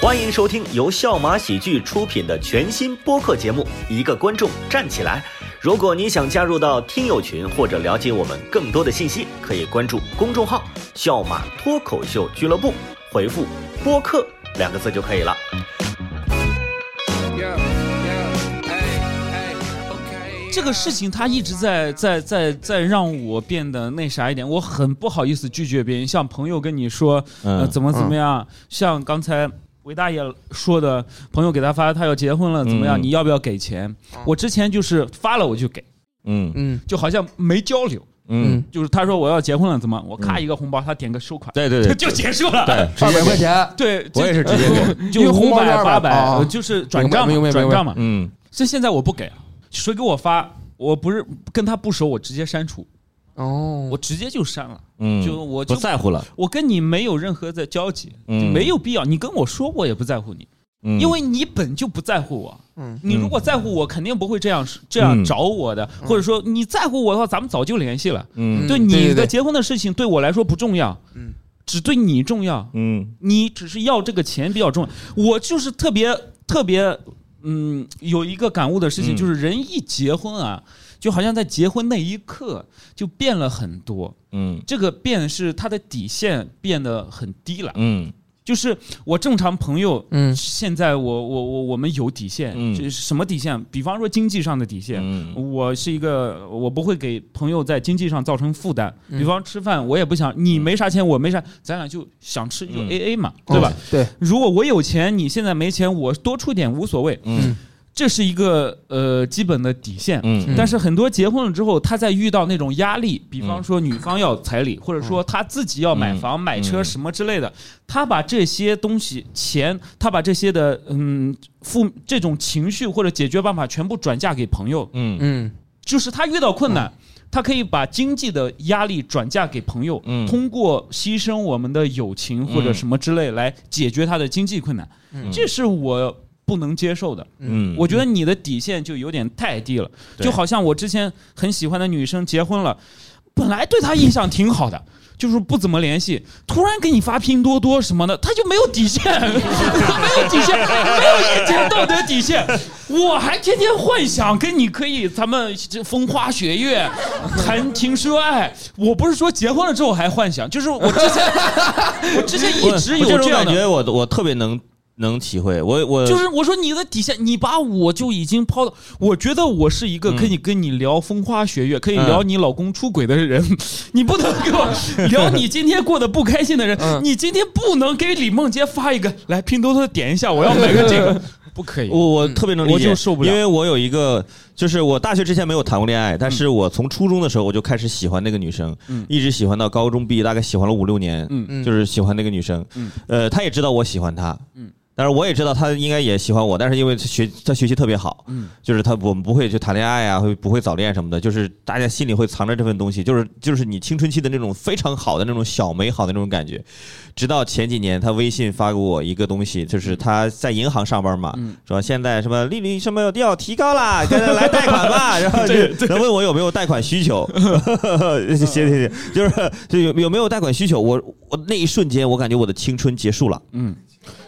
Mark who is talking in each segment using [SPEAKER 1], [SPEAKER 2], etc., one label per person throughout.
[SPEAKER 1] 欢迎收听由笑马喜剧出品的全新播客节目《一个观众站起来》。如果你想加入到听友群或者了解我们更多的信息，可以关注公众号“笑马脱口秀俱乐部”，回复“播客”两个字就可以了。
[SPEAKER 2] 这个事情他一直在在在在让我变得那啥一点，我很不好意思拒绝别人，像朋友跟你说，呃，
[SPEAKER 3] 嗯
[SPEAKER 2] 怎么怎么样，像刚才。韦大爷说的，朋友给他发，他要结婚了，怎么样？
[SPEAKER 3] 嗯
[SPEAKER 2] 你要不要给钱？我之前就是发了我就给，
[SPEAKER 3] 嗯
[SPEAKER 4] 嗯
[SPEAKER 2] 就好像没交流。
[SPEAKER 3] 嗯，
[SPEAKER 2] 就是他说我要结婚了，怎么？我咔一个红包，他点个收款，
[SPEAKER 3] 对对对
[SPEAKER 2] 就结束了。
[SPEAKER 3] 对，
[SPEAKER 4] 二百块钱，
[SPEAKER 2] 对，
[SPEAKER 3] 我也是直接
[SPEAKER 2] 接
[SPEAKER 4] 因为
[SPEAKER 2] 就
[SPEAKER 4] 红
[SPEAKER 2] 五
[SPEAKER 4] 包是
[SPEAKER 2] 百
[SPEAKER 4] 200
[SPEAKER 2] 八百，
[SPEAKER 4] 啊
[SPEAKER 2] 呃就是转账嘛
[SPEAKER 4] 明白明白明，白
[SPEAKER 2] 转账嘛。
[SPEAKER 3] 嗯
[SPEAKER 2] 这现在我不给啊，谁给我发，我不是跟他不熟，我直接删除，
[SPEAKER 4] 哦，
[SPEAKER 2] 我直接就删了，
[SPEAKER 3] 嗯，
[SPEAKER 2] 就我
[SPEAKER 3] 不
[SPEAKER 2] 就
[SPEAKER 3] 在乎了，
[SPEAKER 2] 我跟你没有任何的交集，
[SPEAKER 3] 嗯
[SPEAKER 2] 就没有必要，你跟我说我也不在乎你，
[SPEAKER 3] 嗯
[SPEAKER 2] 因为你本就不在乎我。
[SPEAKER 4] 嗯
[SPEAKER 2] 你如果在乎我，肯定不会这样这样
[SPEAKER 3] 嗯
[SPEAKER 2] 找我的，或者说你在乎我的话，咱们早就联系了。
[SPEAKER 3] 嗯
[SPEAKER 4] 嗯
[SPEAKER 2] 对
[SPEAKER 4] 对对
[SPEAKER 2] 你的
[SPEAKER 4] 对
[SPEAKER 2] 结婚的事情对我来说不重要，
[SPEAKER 4] 嗯
[SPEAKER 2] 只对你重要。
[SPEAKER 3] 嗯
[SPEAKER 2] 你只是要这个钱比较重要。我就是特别特别，嗯，有一个感悟的事情，
[SPEAKER 3] 嗯
[SPEAKER 2] 就是人一结婚啊，就好像在结婚那一刻就变了很多。
[SPEAKER 3] 嗯
[SPEAKER 2] 这个变是他的底线变得很低了，
[SPEAKER 3] 嗯
[SPEAKER 2] 就是我正常朋友。
[SPEAKER 4] 嗯
[SPEAKER 2] 现在我我我我们有底线，
[SPEAKER 3] 嗯
[SPEAKER 2] 就是什么底线？比方说经济上的底线，
[SPEAKER 3] 嗯
[SPEAKER 2] 我是一个，我不会给朋友在经济上造成负担。
[SPEAKER 4] 嗯
[SPEAKER 2] 比方吃饭，我也不想你没啥钱，我没啥，咱俩就想吃就
[SPEAKER 3] 嗯
[SPEAKER 2] A A 嘛，对吧？？
[SPEAKER 4] 对，
[SPEAKER 2] 如果我有钱，你现在没钱，我多出点无所谓，
[SPEAKER 3] 嗯
[SPEAKER 2] 这是一个呃基本的底线。
[SPEAKER 3] 嗯
[SPEAKER 2] 但是很多结婚了之后，他在遇到那种压力，比
[SPEAKER 3] 嗯
[SPEAKER 2] 方说女方要彩礼，或者说他自己要买房、买车什么之类的，他把这些东西、钱，他把这些的嗯负这种情绪或者解决办法全部转嫁给朋友，
[SPEAKER 3] 嗯
[SPEAKER 4] 嗯
[SPEAKER 2] 就是他遇到困难，他可以把经济的压力转嫁给朋友，
[SPEAKER 3] 嗯
[SPEAKER 2] 通过牺牲我们的友情或者什么之类来解决他的经济困难，
[SPEAKER 4] 嗯
[SPEAKER 2] 这是我不能接受的。
[SPEAKER 3] 嗯，
[SPEAKER 2] 我觉得你的底线就有点太低了，
[SPEAKER 3] 对
[SPEAKER 2] 就好像我之前很喜欢的女生结婚了，本来对她印象挺好的。就是不怎么联系，突然给你发拼多多什么的，她就没有底线， 没有底线，没有一点道德底线。我还天天幻想跟你可以咱们这风花雪月、谈情说爱。我不是说结婚了之后还幻想，就是我 之前我之前 一直有
[SPEAKER 3] 我这种
[SPEAKER 2] 样
[SPEAKER 3] 感
[SPEAKER 2] 的
[SPEAKER 3] 觉，我我特别能能体会，我我
[SPEAKER 2] 就是我说你的底线，你把我就已经抛到，我觉得我是一个可以
[SPEAKER 3] 嗯
[SPEAKER 2] 跟你聊风花雪月，可以聊你老公出轨的人， 你不能 给我聊你今天过得不开心的人，
[SPEAKER 4] 嗯
[SPEAKER 2] 你今天不能给李梦洁发一个来拼多多点一下，我要买个 这个，不可以。
[SPEAKER 3] 我我特别能理解，
[SPEAKER 2] 嗯我就受不了
[SPEAKER 3] 因为我有一个，就是我大学之前没有谈过恋爱，但是我从初中的时候我就开始喜欢那个女生，
[SPEAKER 2] 嗯
[SPEAKER 3] 一直喜欢到高中毕业，大概喜欢了五六年，
[SPEAKER 2] 嗯
[SPEAKER 4] 嗯
[SPEAKER 3] 就是喜欢那个女生，
[SPEAKER 2] 嗯
[SPEAKER 3] 呃，她也知道我喜欢她，
[SPEAKER 2] 嗯
[SPEAKER 3] 但是我也知道她应该也喜欢我，但是因为她学她学习特别好，
[SPEAKER 2] 嗯
[SPEAKER 3] 就是她我们不会去谈恋爱啊，会不会早恋什么的，就是大家心里会藏着这份东西，就是就是你青春期的那种非常好的那种小美好的那种感觉，直到前几年她微信发给我一个东西，就是她在银行上班嘛，
[SPEAKER 2] 嗯
[SPEAKER 3] 说现在什么利率什么要提高 啦，现在来贷款吧，然后就然后问我有没有贷款需 求，行行行，就是就有有没有贷款需求，我我那一瞬间我感觉我的青春结束了，
[SPEAKER 2] 嗯，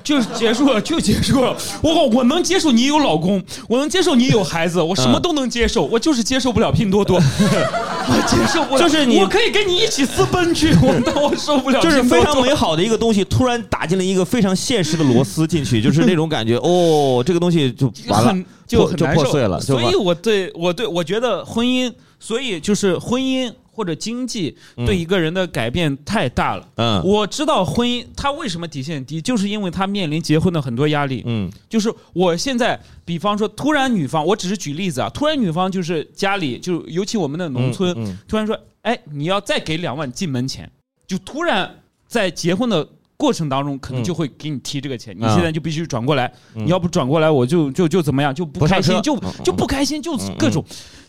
[SPEAKER 2] 就是结束了，就结束了。我我能接受你有老公，我能接受你有孩子，我什么
[SPEAKER 3] 嗯
[SPEAKER 2] 都能接受，我就是接受不了拼多 多，我接受不了。
[SPEAKER 3] 就是你
[SPEAKER 2] 我可以跟你一起私奔去，我但我受不了
[SPEAKER 3] 就是
[SPEAKER 2] 拼
[SPEAKER 3] 非
[SPEAKER 2] 多多。
[SPEAKER 3] 常美好的一个东西，突然打进了一个非常现实的螺丝进去，就是那种感 觉，哦，这个东西就完了
[SPEAKER 2] 很，就
[SPEAKER 3] 破
[SPEAKER 2] 很
[SPEAKER 3] 就
[SPEAKER 2] 难受
[SPEAKER 3] 破碎了，就
[SPEAKER 2] 所
[SPEAKER 3] 完
[SPEAKER 2] 以我对我对我觉得婚姻，所以就是婚姻或者经济
[SPEAKER 3] 嗯
[SPEAKER 2] 对一个人的改变太大了。
[SPEAKER 3] 嗯
[SPEAKER 2] 我知道婚姻它为什么底线低，就是因为它面临结婚的很多压力。
[SPEAKER 3] 嗯
[SPEAKER 2] 就是我现在，比方说，突然女方，我只是举例子啊，突然女方就是家里，就尤其我们的农村，
[SPEAKER 3] 嗯
[SPEAKER 2] 突然说，哎，你要再给两万进门钱，就突然在结婚的过程当中，可能
[SPEAKER 3] 嗯
[SPEAKER 2] 就会给你提这个钱，你
[SPEAKER 3] 啊
[SPEAKER 2] 现在就必须转过来，
[SPEAKER 3] 嗯
[SPEAKER 2] 你要不转过来，我就就就怎么样，就不
[SPEAKER 3] 不
[SPEAKER 2] 开
[SPEAKER 3] 上
[SPEAKER 2] 心，
[SPEAKER 3] 车
[SPEAKER 2] 就
[SPEAKER 3] 嗯嗯
[SPEAKER 2] 就不开心，就
[SPEAKER 3] 嗯嗯
[SPEAKER 2] 各种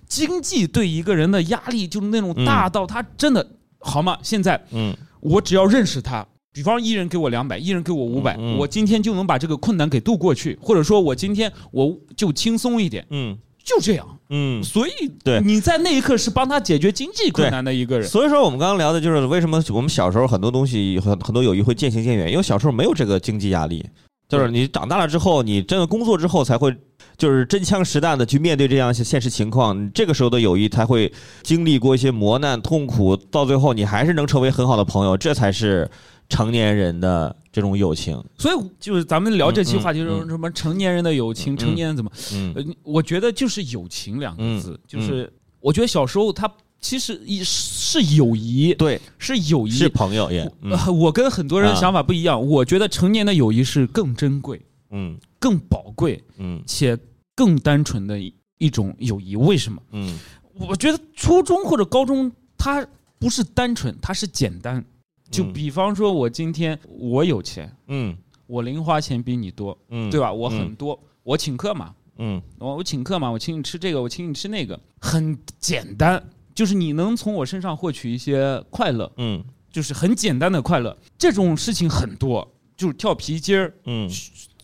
[SPEAKER 2] 经济对一个人的压力，就是那种大到他真的好吗？现在
[SPEAKER 3] 嗯
[SPEAKER 2] 我只要认识他，比方一人给我两百，一人给我五百、
[SPEAKER 3] 嗯嗯
[SPEAKER 2] 我今天就能把这个困难给度过去，或者说我今天我就轻松一点，
[SPEAKER 3] 嗯
[SPEAKER 2] 就这样。
[SPEAKER 3] 嗯。
[SPEAKER 2] 所以，
[SPEAKER 3] 对
[SPEAKER 2] 你在那一刻是帮他解决经济困难的一个人。
[SPEAKER 3] 所以说，我们刚刚聊的就是为什么我们小时候很多东西很很多友谊会渐行渐远，因为小时候没有这个经济压力，就是你长大了之后，你真的工作之后才会。就是真枪实弹的去面对这样现实情况，你这个时候的友谊才会经历过一些磨难、痛苦，到最后你还是能成为很好的朋友，这才是成年人的这种友情。
[SPEAKER 2] 所以就是咱们聊这期话题，
[SPEAKER 3] 嗯嗯
[SPEAKER 2] 就是什么成年人的友情，
[SPEAKER 3] 嗯
[SPEAKER 2] 成年人怎么？
[SPEAKER 3] 嗯
[SPEAKER 2] 呃，我觉得就是友情两个字，就是我觉得小时候他其实一是友谊，
[SPEAKER 3] 对，
[SPEAKER 2] 是友谊
[SPEAKER 3] 是。朋友也，嗯
[SPEAKER 2] 呃我跟很多人
[SPEAKER 3] 啊
[SPEAKER 2] 想法不一样，我觉得成年的友谊是更珍贵、
[SPEAKER 3] 嗯
[SPEAKER 2] 更宝贵
[SPEAKER 3] 嗯
[SPEAKER 2] 且更单纯的一一种友谊。为什么？
[SPEAKER 3] 嗯
[SPEAKER 2] 我觉得初中或者高中它不是单纯，它是简单。就
[SPEAKER 3] 嗯
[SPEAKER 2] 比方说，我今天我有钱，
[SPEAKER 3] 嗯
[SPEAKER 2] 我零花钱比你多，
[SPEAKER 3] 嗯，
[SPEAKER 2] 对啊
[SPEAKER 3] 吧？
[SPEAKER 2] 吧？我很
[SPEAKER 3] 嗯
[SPEAKER 2] 多，我请客嘛，
[SPEAKER 3] 嗯
[SPEAKER 2] 我我请客嘛，我请你吃这个，我请你吃那个，很简单，就是你能从我身上获取一些快乐，
[SPEAKER 3] 嗯
[SPEAKER 2] 就是很简单的快乐。这种事情很多，就是跳皮筋儿，
[SPEAKER 3] 嗯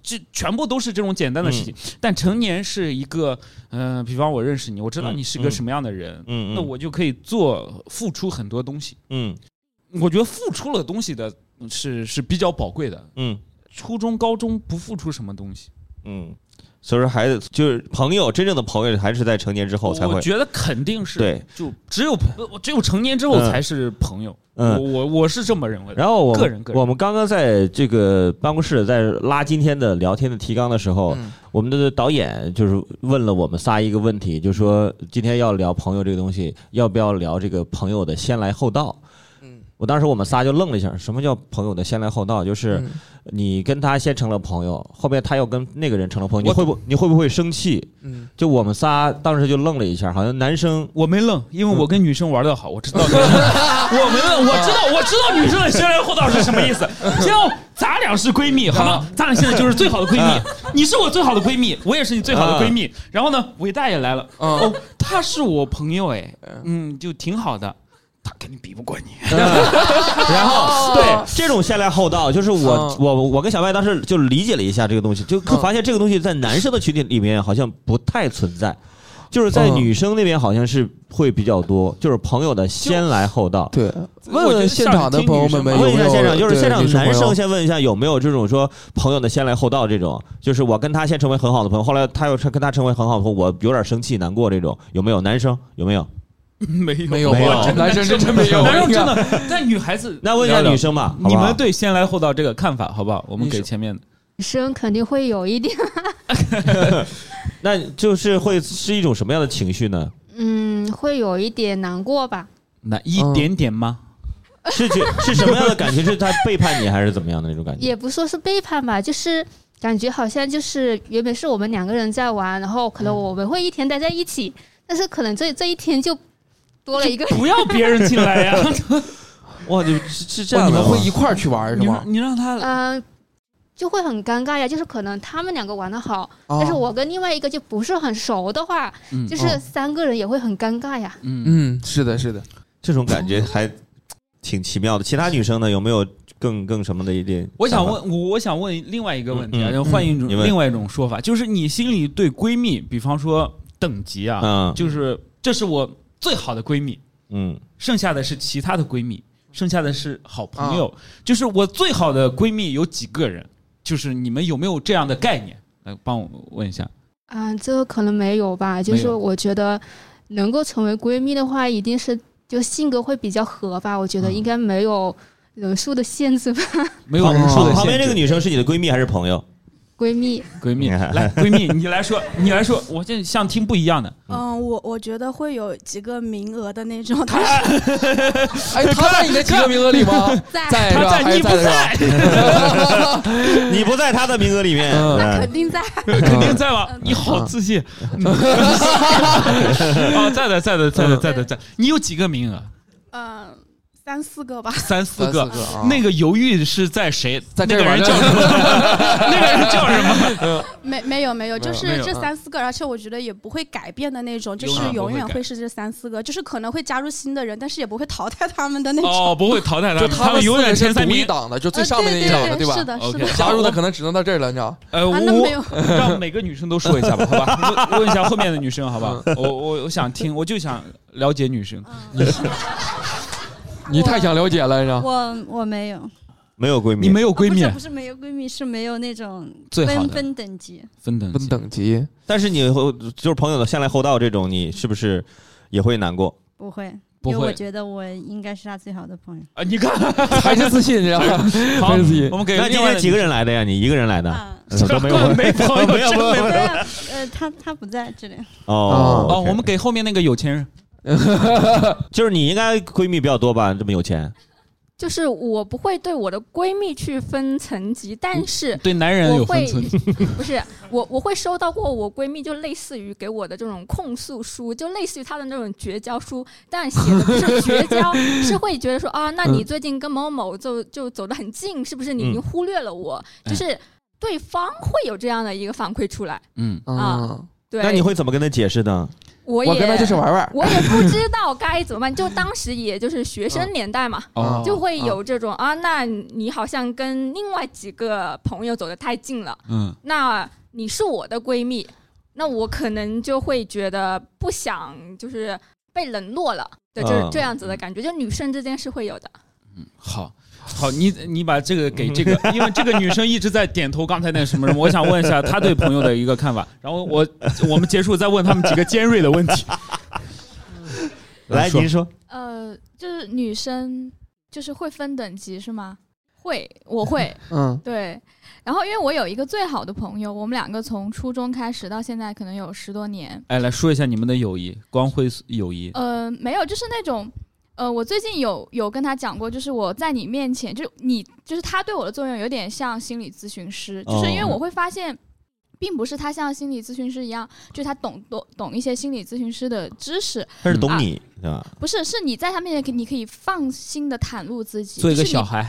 [SPEAKER 2] 这全部都是这种简单的事情。但成年是一个，嗯、比方我认识你，我知道
[SPEAKER 3] 嗯
[SPEAKER 2] 你是个
[SPEAKER 3] 嗯
[SPEAKER 2] 什么样的人，
[SPEAKER 3] 嗯，
[SPEAKER 2] 那我就可以做付出很多东西。
[SPEAKER 3] 嗯
[SPEAKER 2] 我觉得付出了东西的嗯是是比较宝贵的。
[SPEAKER 3] 嗯
[SPEAKER 2] 初中、高中不付出什么东西，
[SPEAKER 3] 嗯，所以说还得就是朋友，真正的朋友还是在成年之后才
[SPEAKER 2] 我
[SPEAKER 3] 会。
[SPEAKER 2] 觉得肯定是
[SPEAKER 3] 对，
[SPEAKER 2] 就只有我只有成年之后
[SPEAKER 3] 嗯
[SPEAKER 2] 才是朋友。
[SPEAKER 3] 嗯
[SPEAKER 2] 我我我是这么认为的。
[SPEAKER 3] 然后我们
[SPEAKER 2] 个人个人
[SPEAKER 3] 我们刚刚在这个办公室在拉今天的聊天的提纲的时候，
[SPEAKER 4] 嗯
[SPEAKER 3] 我们的导演就是问了我们仨一个问题，就说今天要聊朋友这个东西，要不要聊这个朋友的先来后到？
[SPEAKER 4] 嗯
[SPEAKER 3] 我当时我们仨就愣了一下，什么叫朋友的先来后到？就是
[SPEAKER 4] 嗯
[SPEAKER 3] 你跟他先成了朋友，后面他又跟那个人成了朋友，你
[SPEAKER 2] 我
[SPEAKER 3] 会不你会不会生气？
[SPEAKER 4] 嗯，
[SPEAKER 3] 就我们仨当时就愣了一下，好像男生
[SPEAKER 2] 我没愣，因为
[SPEAKER 3] 嗯
[SPEAKER 2] 我跟女生玩的好，我知 道女生，我没愣，我知道，我知道女生的先来后到是什么意思。
[SPEAKER 3] 嗯
[SPEAKER 2] 只要咱俩是闺蜜，好吗？咱俩现在就是最好的闺蜜
[SPEAKER 3] 啊，
[SPEAKER 2] 你是我最好的闺蜜，我也是你最好的闺
[SPEAKER 3] 嗯
[SPEAKER 2] 蜜。然后呢，伟大也来了，
[SPEAKER 4] 嗯
[SPEAKER 2] 哦，他是我朋友，哎，嗯，就挺好的。他肯定比不过你，
[SPEAKER 3] 嗯 然后对这种先来后到，就是我
[SPEAKER 4] 哦嗯
[SPEAKER 3] 我我跟小麦当时就理解了一下这个东西，就可
[SPEAKER 4] 嗯
[SPEAKER 3] 发现这个东西在男生的群体里面好像不太存在，就是在
[SPEAKER 4] 嗯
[SPEAKER 3] 女生那边好像是会比较多，就是朋友的先来后到。
[SPEAKER 4] 对，问
[SPEAKER 2] 我觉得
[SPEAKER 4] 问现场的
[SPEAKER 2] 像是听
[SPEAKER 4] 朋友
[SPEAKER 2] 女生
[SPEAKER 4] 们
[SPEAKER 2] 吧
[SPEAKER 4] 们
[SPEAKER 3] 问
[SPEAKER 4] 有
[SPEAKER 3] 一
[SPEAKER 4] 没有
[SPEAKER 3] 下现场，就是
[SPEAKER 4] 对
[SPEAKER 3] 现场
[SPEAKER 4] 女生
[SPEAKER 3] 男
[SPEAKER 4] 朋友
[SPEAKER 3] 生先问一下有没有这种说朋友的先来后到这种，就是我跟他先成为很好的朋友，后来他又成跟他成为很好的朋友，我有点生气难过这种，有没有？男生有没有？
[SPEAKER 2] 没有
[SPEAKER 4] 没有
[SPEAKER 3] 没有
[SPEAKER 4] 我真男生真没有，
[SPEAKER 2] 男生真的，但女孩子，
[SPEAKER 3] 那问一下女生吧，好
[SPEAKER 2] 你
[SPEAKER 3] 不好
[SPEAKER 2] 们对先来后到这个看法好不好？我们给前面的。
[SPEAKER 5] 女生肯定会有一点，
[SPEAKER 3] 那就是会是一种什么样的情绪呢？
[SPEAKER 5] 嗯，会有一点难过吧。
[SPEAKER 2] 那一点点吗？
[SPEAKER 3] 是觉 是什么样的感觉？是他背叛你，还是怎么样的那种感觉？
[SPEAKER 5] 也不说是背叛吧，就是感觉好像就是原本是我们两个人在玩，然后可能我们会一天待在一起，但是可能这这一天就多了一个人。
[SPEAKER 2] 不要别人进来 呀！哦
[SPEAKER 3] 哇，就是是这
[SPEAKER 4] 哇
[SPEAKER 3] 样
[SPEAKER 4] 你
[SPEAKER 3] 的
[SPEAKER 4] 们
[SPEAKER 3] 吗
[SPEAKER 4] 会一块儿去玩儿
[SPEAKER 2] 你
[SPEAKER 4] 是吗？
[SPEAKER 2] 让你让他
[SPEAKER 5] 嗯、就会很尴尬呀，就是可能他们两个玩的好，
[SPEAKER 4] 啊
[SPEAKER 5] 但是我跟另外一个就不是很熟的话，
[SPEAKER 2] 哦嗯
[SPEAKER 5] 就是三个人也会很尴尬呀。
[SPEAKER 2] 嗯，
[SPEAKER 4] 嗯，是的，是的，
[SPEAKER 3] 这种感觉还挺奇妙的。其他女生呢，有没有更更什么的一点？
[SPEAKER 2] 我想，问，我我想问另外一个问题啊，
[SPEAKER 3] 嗯嗯
[SPEAKER 2] 就换一种
[SPEAKER 3] 嗯你问
[SPEAKER 2] 另外一种说法，就是你心里对闺蜜，比方说等级啊，
[SPEAKER 3] 嗯
[SPEAKER 2] 就是这是我最好的闺蜜，
[SPEAKER 3] 嗯
[SPEAKER 2] 剩下的是其他的闺蜜，剩下的是好朋友，就是我最好的闺蜜有几个人？就是你们有没有这样的概念？来帮我问一下。
[SPEAKER 5] 啊、这个可能没有吧，就
[SPEAKER 2] 没
[SPEAKER 5] 是
[SPEAKER 2] 有
[SPEAKER 5] 我觉得能够成为闺蜜的话，一定是就性格会比较合吧，我觉
[SPEAKER 2] 嗯
[SPEAKER 5] 得应该没有人数的限制吧，
[SPEAKER 2] 没有人数
[SPEAKER 4] 哦
[SPEAKER 2] 的限制
[SPEAKER 3] 旁边这个女生是你的闺蜜还是朋 友？
[SPEAKER 5] 闺蜜。
[SPEAKER 2] 闺蜜，
[SPEAKER 3] 你看
[SPEAKER 2] 来闺蜜，你来说，你来说，我这想听不一样的。
[SPEAKER 6] 嗯，我我觉得会有几个名额的 那种，但是
[SPEAKER 4] 哎，他在你那几个名额里 吗？
[SPEAKER 5] 在
[SPEAKER 4] 哎在是
[SPEAKER 2] 他
[SPEAKER 4] 吧？哎还
[SPEAKER 2] 在，你
[SPEAKER 4] 是
[SPEAKER 2] 不
[SPEAKER 4] 的是吧？
[SPEAKER 2] 在，
[SPEAKER 3] 你不在她的名额里面，
[SPEAKER 4] 嗯
[SPEAKER 6] 那
[SPEAKER 3] 嗯
[SPEAKER 6] 肯定在。
[SPEAKER 2] 肯定在吧？你好自信。 哦，在的，在的，在的，在的，在。你有几个名额？
[SPEAKER 6] 嗯，三四个吧。
[SPEAKER 2] 三四
[SPEAKER 4] 三
[SPEAKER 2] 个
[SPEAKER 4] 四。个啊，
[SPEAKER 2] 那个犹豫是在谁？
[SPEAKER 4] 在
[SPEAKER 2] 那
[SPEAKER 4] 这
[SPEAKER 2] 个
[SPEAKER 4] 玩嗯儿
[SPEAKER 2] 人叫什么？ 那个人叫什么？
[SPEAKER 6] 没没有没有，就
[SPEAKER 2] 没
[SPEAKER 6] 是
[SPEAKER 2] 有
[SPEAKER 6] 这三四个，而且我觉得也不会改变的那种，就
[SPEAKER 2] 永
[SPEAKER 6] 是
[SPEAKER 2] 远不会
[SPEAKER 6] 永远
[SPEAKER 2] 改
[SPEAKER 6] 会是这三四个，就是可能会加入新的人，但是也不会淘汰他们的那种。
[SPEAKER 2] 哦，不会淘汰他
[SPEAKER 4] 就他
[SPEAKER 2] 们，他
[SPEAKER 4] 们
[SPEAKER 2] 们
[SPEAKER 4] 四
[SPEAKER 2] 永
[SPEAKER 4] 个
[SPEAKER 2] 远
[SPEAKER 4] 人是
[SPEAKER 2] 前
[SPEAKER 4] 独
[SPEAKER 2] 三
[SPEAKER 4] 一
[SPEAKER 2] 名。
[SPEAKER 4] 档的，就最
[SPEAKER 6] 呃
[SPEAKER 4] 上面那一
[SPEAKER 6] 对
[SPEAKER 4] 档的，
[SPEAKER 6] 对
[SPEAKER 4] 吧
[SPEAKER 6] 是？的，
[SPEAKER 2] OK
[SPEAKER 6] 是的。
[SPEAKER 4] 加入的可能只能到这儿了，你知道？
[SPEAKER 2] 呃，
[SPEAKER 6] 啊，那没
[SPEAKER 2] 我
[SPEAKER 6] 有，
[SPEAKER 2] 让每个女生都说一下吧，好吧？ 问问一下后面的女生，好吧？我我我想听，我就想了
[SPEAKER 4] 嗯
[SPEAKER 2] 解女生。
[SPEAKER 4] 你太想了解了，你知道？
[SPEAKER 7] 我我没有，
[SPEAKER 3] 没有闺蜜，
[SPEAKER 2] 你没有
[SPEAKER 7] 哦
[SPEAKER 2] 啊闺蜜
[SPEAKER 7] 不是不是没有闺蜜，是没有那种
[SPEAKER 2] 最好
[SPEAKER 7] 分
[SPEAKER 2] 的
[SPEAKER 7] 分等级。
[SPEAKER 2] 分等
[SPEAKER 4] 分
[SPEAKER 2] 级，
[SPEAKER 4] 等级，
[SPEAKER 3] 但是你会就是朋友的先来后到这种，你是不是也会难过？
[SPEAKER 7] 不会，
[SPEAKER 2] 不
[SPEAKER 7] 因为
[SPEAKER 2] 会
[SPEAKER 7] 我觉得我应该是他最好的朋友。
[SPEAKER 2] 啊！你看，
[SPEAKER 4] 还是自信，你知道吗？
[SPEAKER 2] 好
[SPEAKER 4] 还是自信，
[SPEAKER 2] 我们给
[SPEAKER 3] 那
[SPEAKER 2] 了
[SPEAKER 3] 你今天几个人来的呀？你一个人来的？呃
[SPEAKER 7] 啊，
[SPEAKER 3] 都没有
[SPEAKER 2] 没朋友，
[SPEAKER 3] 没有
[SPEAKER 2] 真
[SPEAKER 3] 朋友
[SPEAKER 7] 对啊，呃，他他不在这里，
[SPEAKER 3] 哦
[SPEAKER 2] 哦，
[SPEAKER 3] OK
[SPEAKER 2] 我们给后面那个有钱人，
[SPEAKER 3] 就是你应该闺蜜比较多吧？这么有钱，
[SPEAKER 8] 就是我不会对我的闺蜜去分层级，但是
[SPEAKER 2] 对男人有分寸，
[SPEAKER 8] 不是我我会收到过我闺蜜就类似于给我的这种控诉书，就类似于她的那种绝交书，但写的不是绝交，是会觉得说啊，那你最近跟某某就就走得很近，是不是你已经忽略了我？
[SPEAKER 2] 嗯
[SPEAKER 8] 就是对方会有这样的一个反馈出来，
[SPEAKER 2] 嗯，
[SPEAKER 8] 啊
[SPEAKER 4] 嗯，
[SPEAKER 8] 对，
[SPEAKER 3] 那你会怎么跟她解释呢？
[SPEAKER 8] 我也
[SPEAKER 4] 我跟他就是玩 玩，
[SPEAKER 8] 我也不知道该怎么办，就当时也就是学生年代嘛，
[SPEAKER 4] 哦
[SPEAKER 8] 就会有这种啊，那你好像跟另外几个朋友走得太近了，
[SPEAKER 2] 嗯，
[SPEAKER 8] 那你是我的闺蜜，那我可能就会觉得不想就是被冷落了。对，就是
[SPEAKER 3] 嗯
[SPEAKER 8] 这样子的感觉，就女生之间是会有的。
[SPEAKER 2] 好。好，你你把这个给这 个，因为这个女生一直在点头刚才那什么什么，我想问一下她对朋友的一个看法，然后我我们结束再问他们几个尖锐的问题。
[SPEAKER 3] 来，
[SPEAKER 2] 说
[SPEAKER 3] 您说，
[SPEAKER 9] 呃，就是女生就是会分等级是吗？会，我会
[SPEAKER 4] 嗯，
[SPEAKER 9] 对。然后因为我有一个最好的朋友，我们两个从初中开始到现在可能有十多年。
[SPEAKER 2] 哎，来说一下你们的友谊，光辉友谊。
[SPEAKER 9] 呃，没有，就是那种。呃，我最近有有跟他讲过，就是我在你面前，就你就是他对我的作用有点像心理咨询师，就是因为
[SPEAKER 3] 哦
[SPEAKER 9] 我会发现，并不是他像心理咨询师一样，就是他懂懂懂一些心理咨询师的知识，
[SPEAKER 3] 她是懂你，
[SPEAKER 2] 嗯
[SPEAKER 3] 对吧？
[SPEAKER 9] 不是，是你在他面前可以，你可以放心的袒露自己，
[SPEAKER 2] 做一个
[SPEAKER 9] 就是你
[SPEAKER 2] 小孩，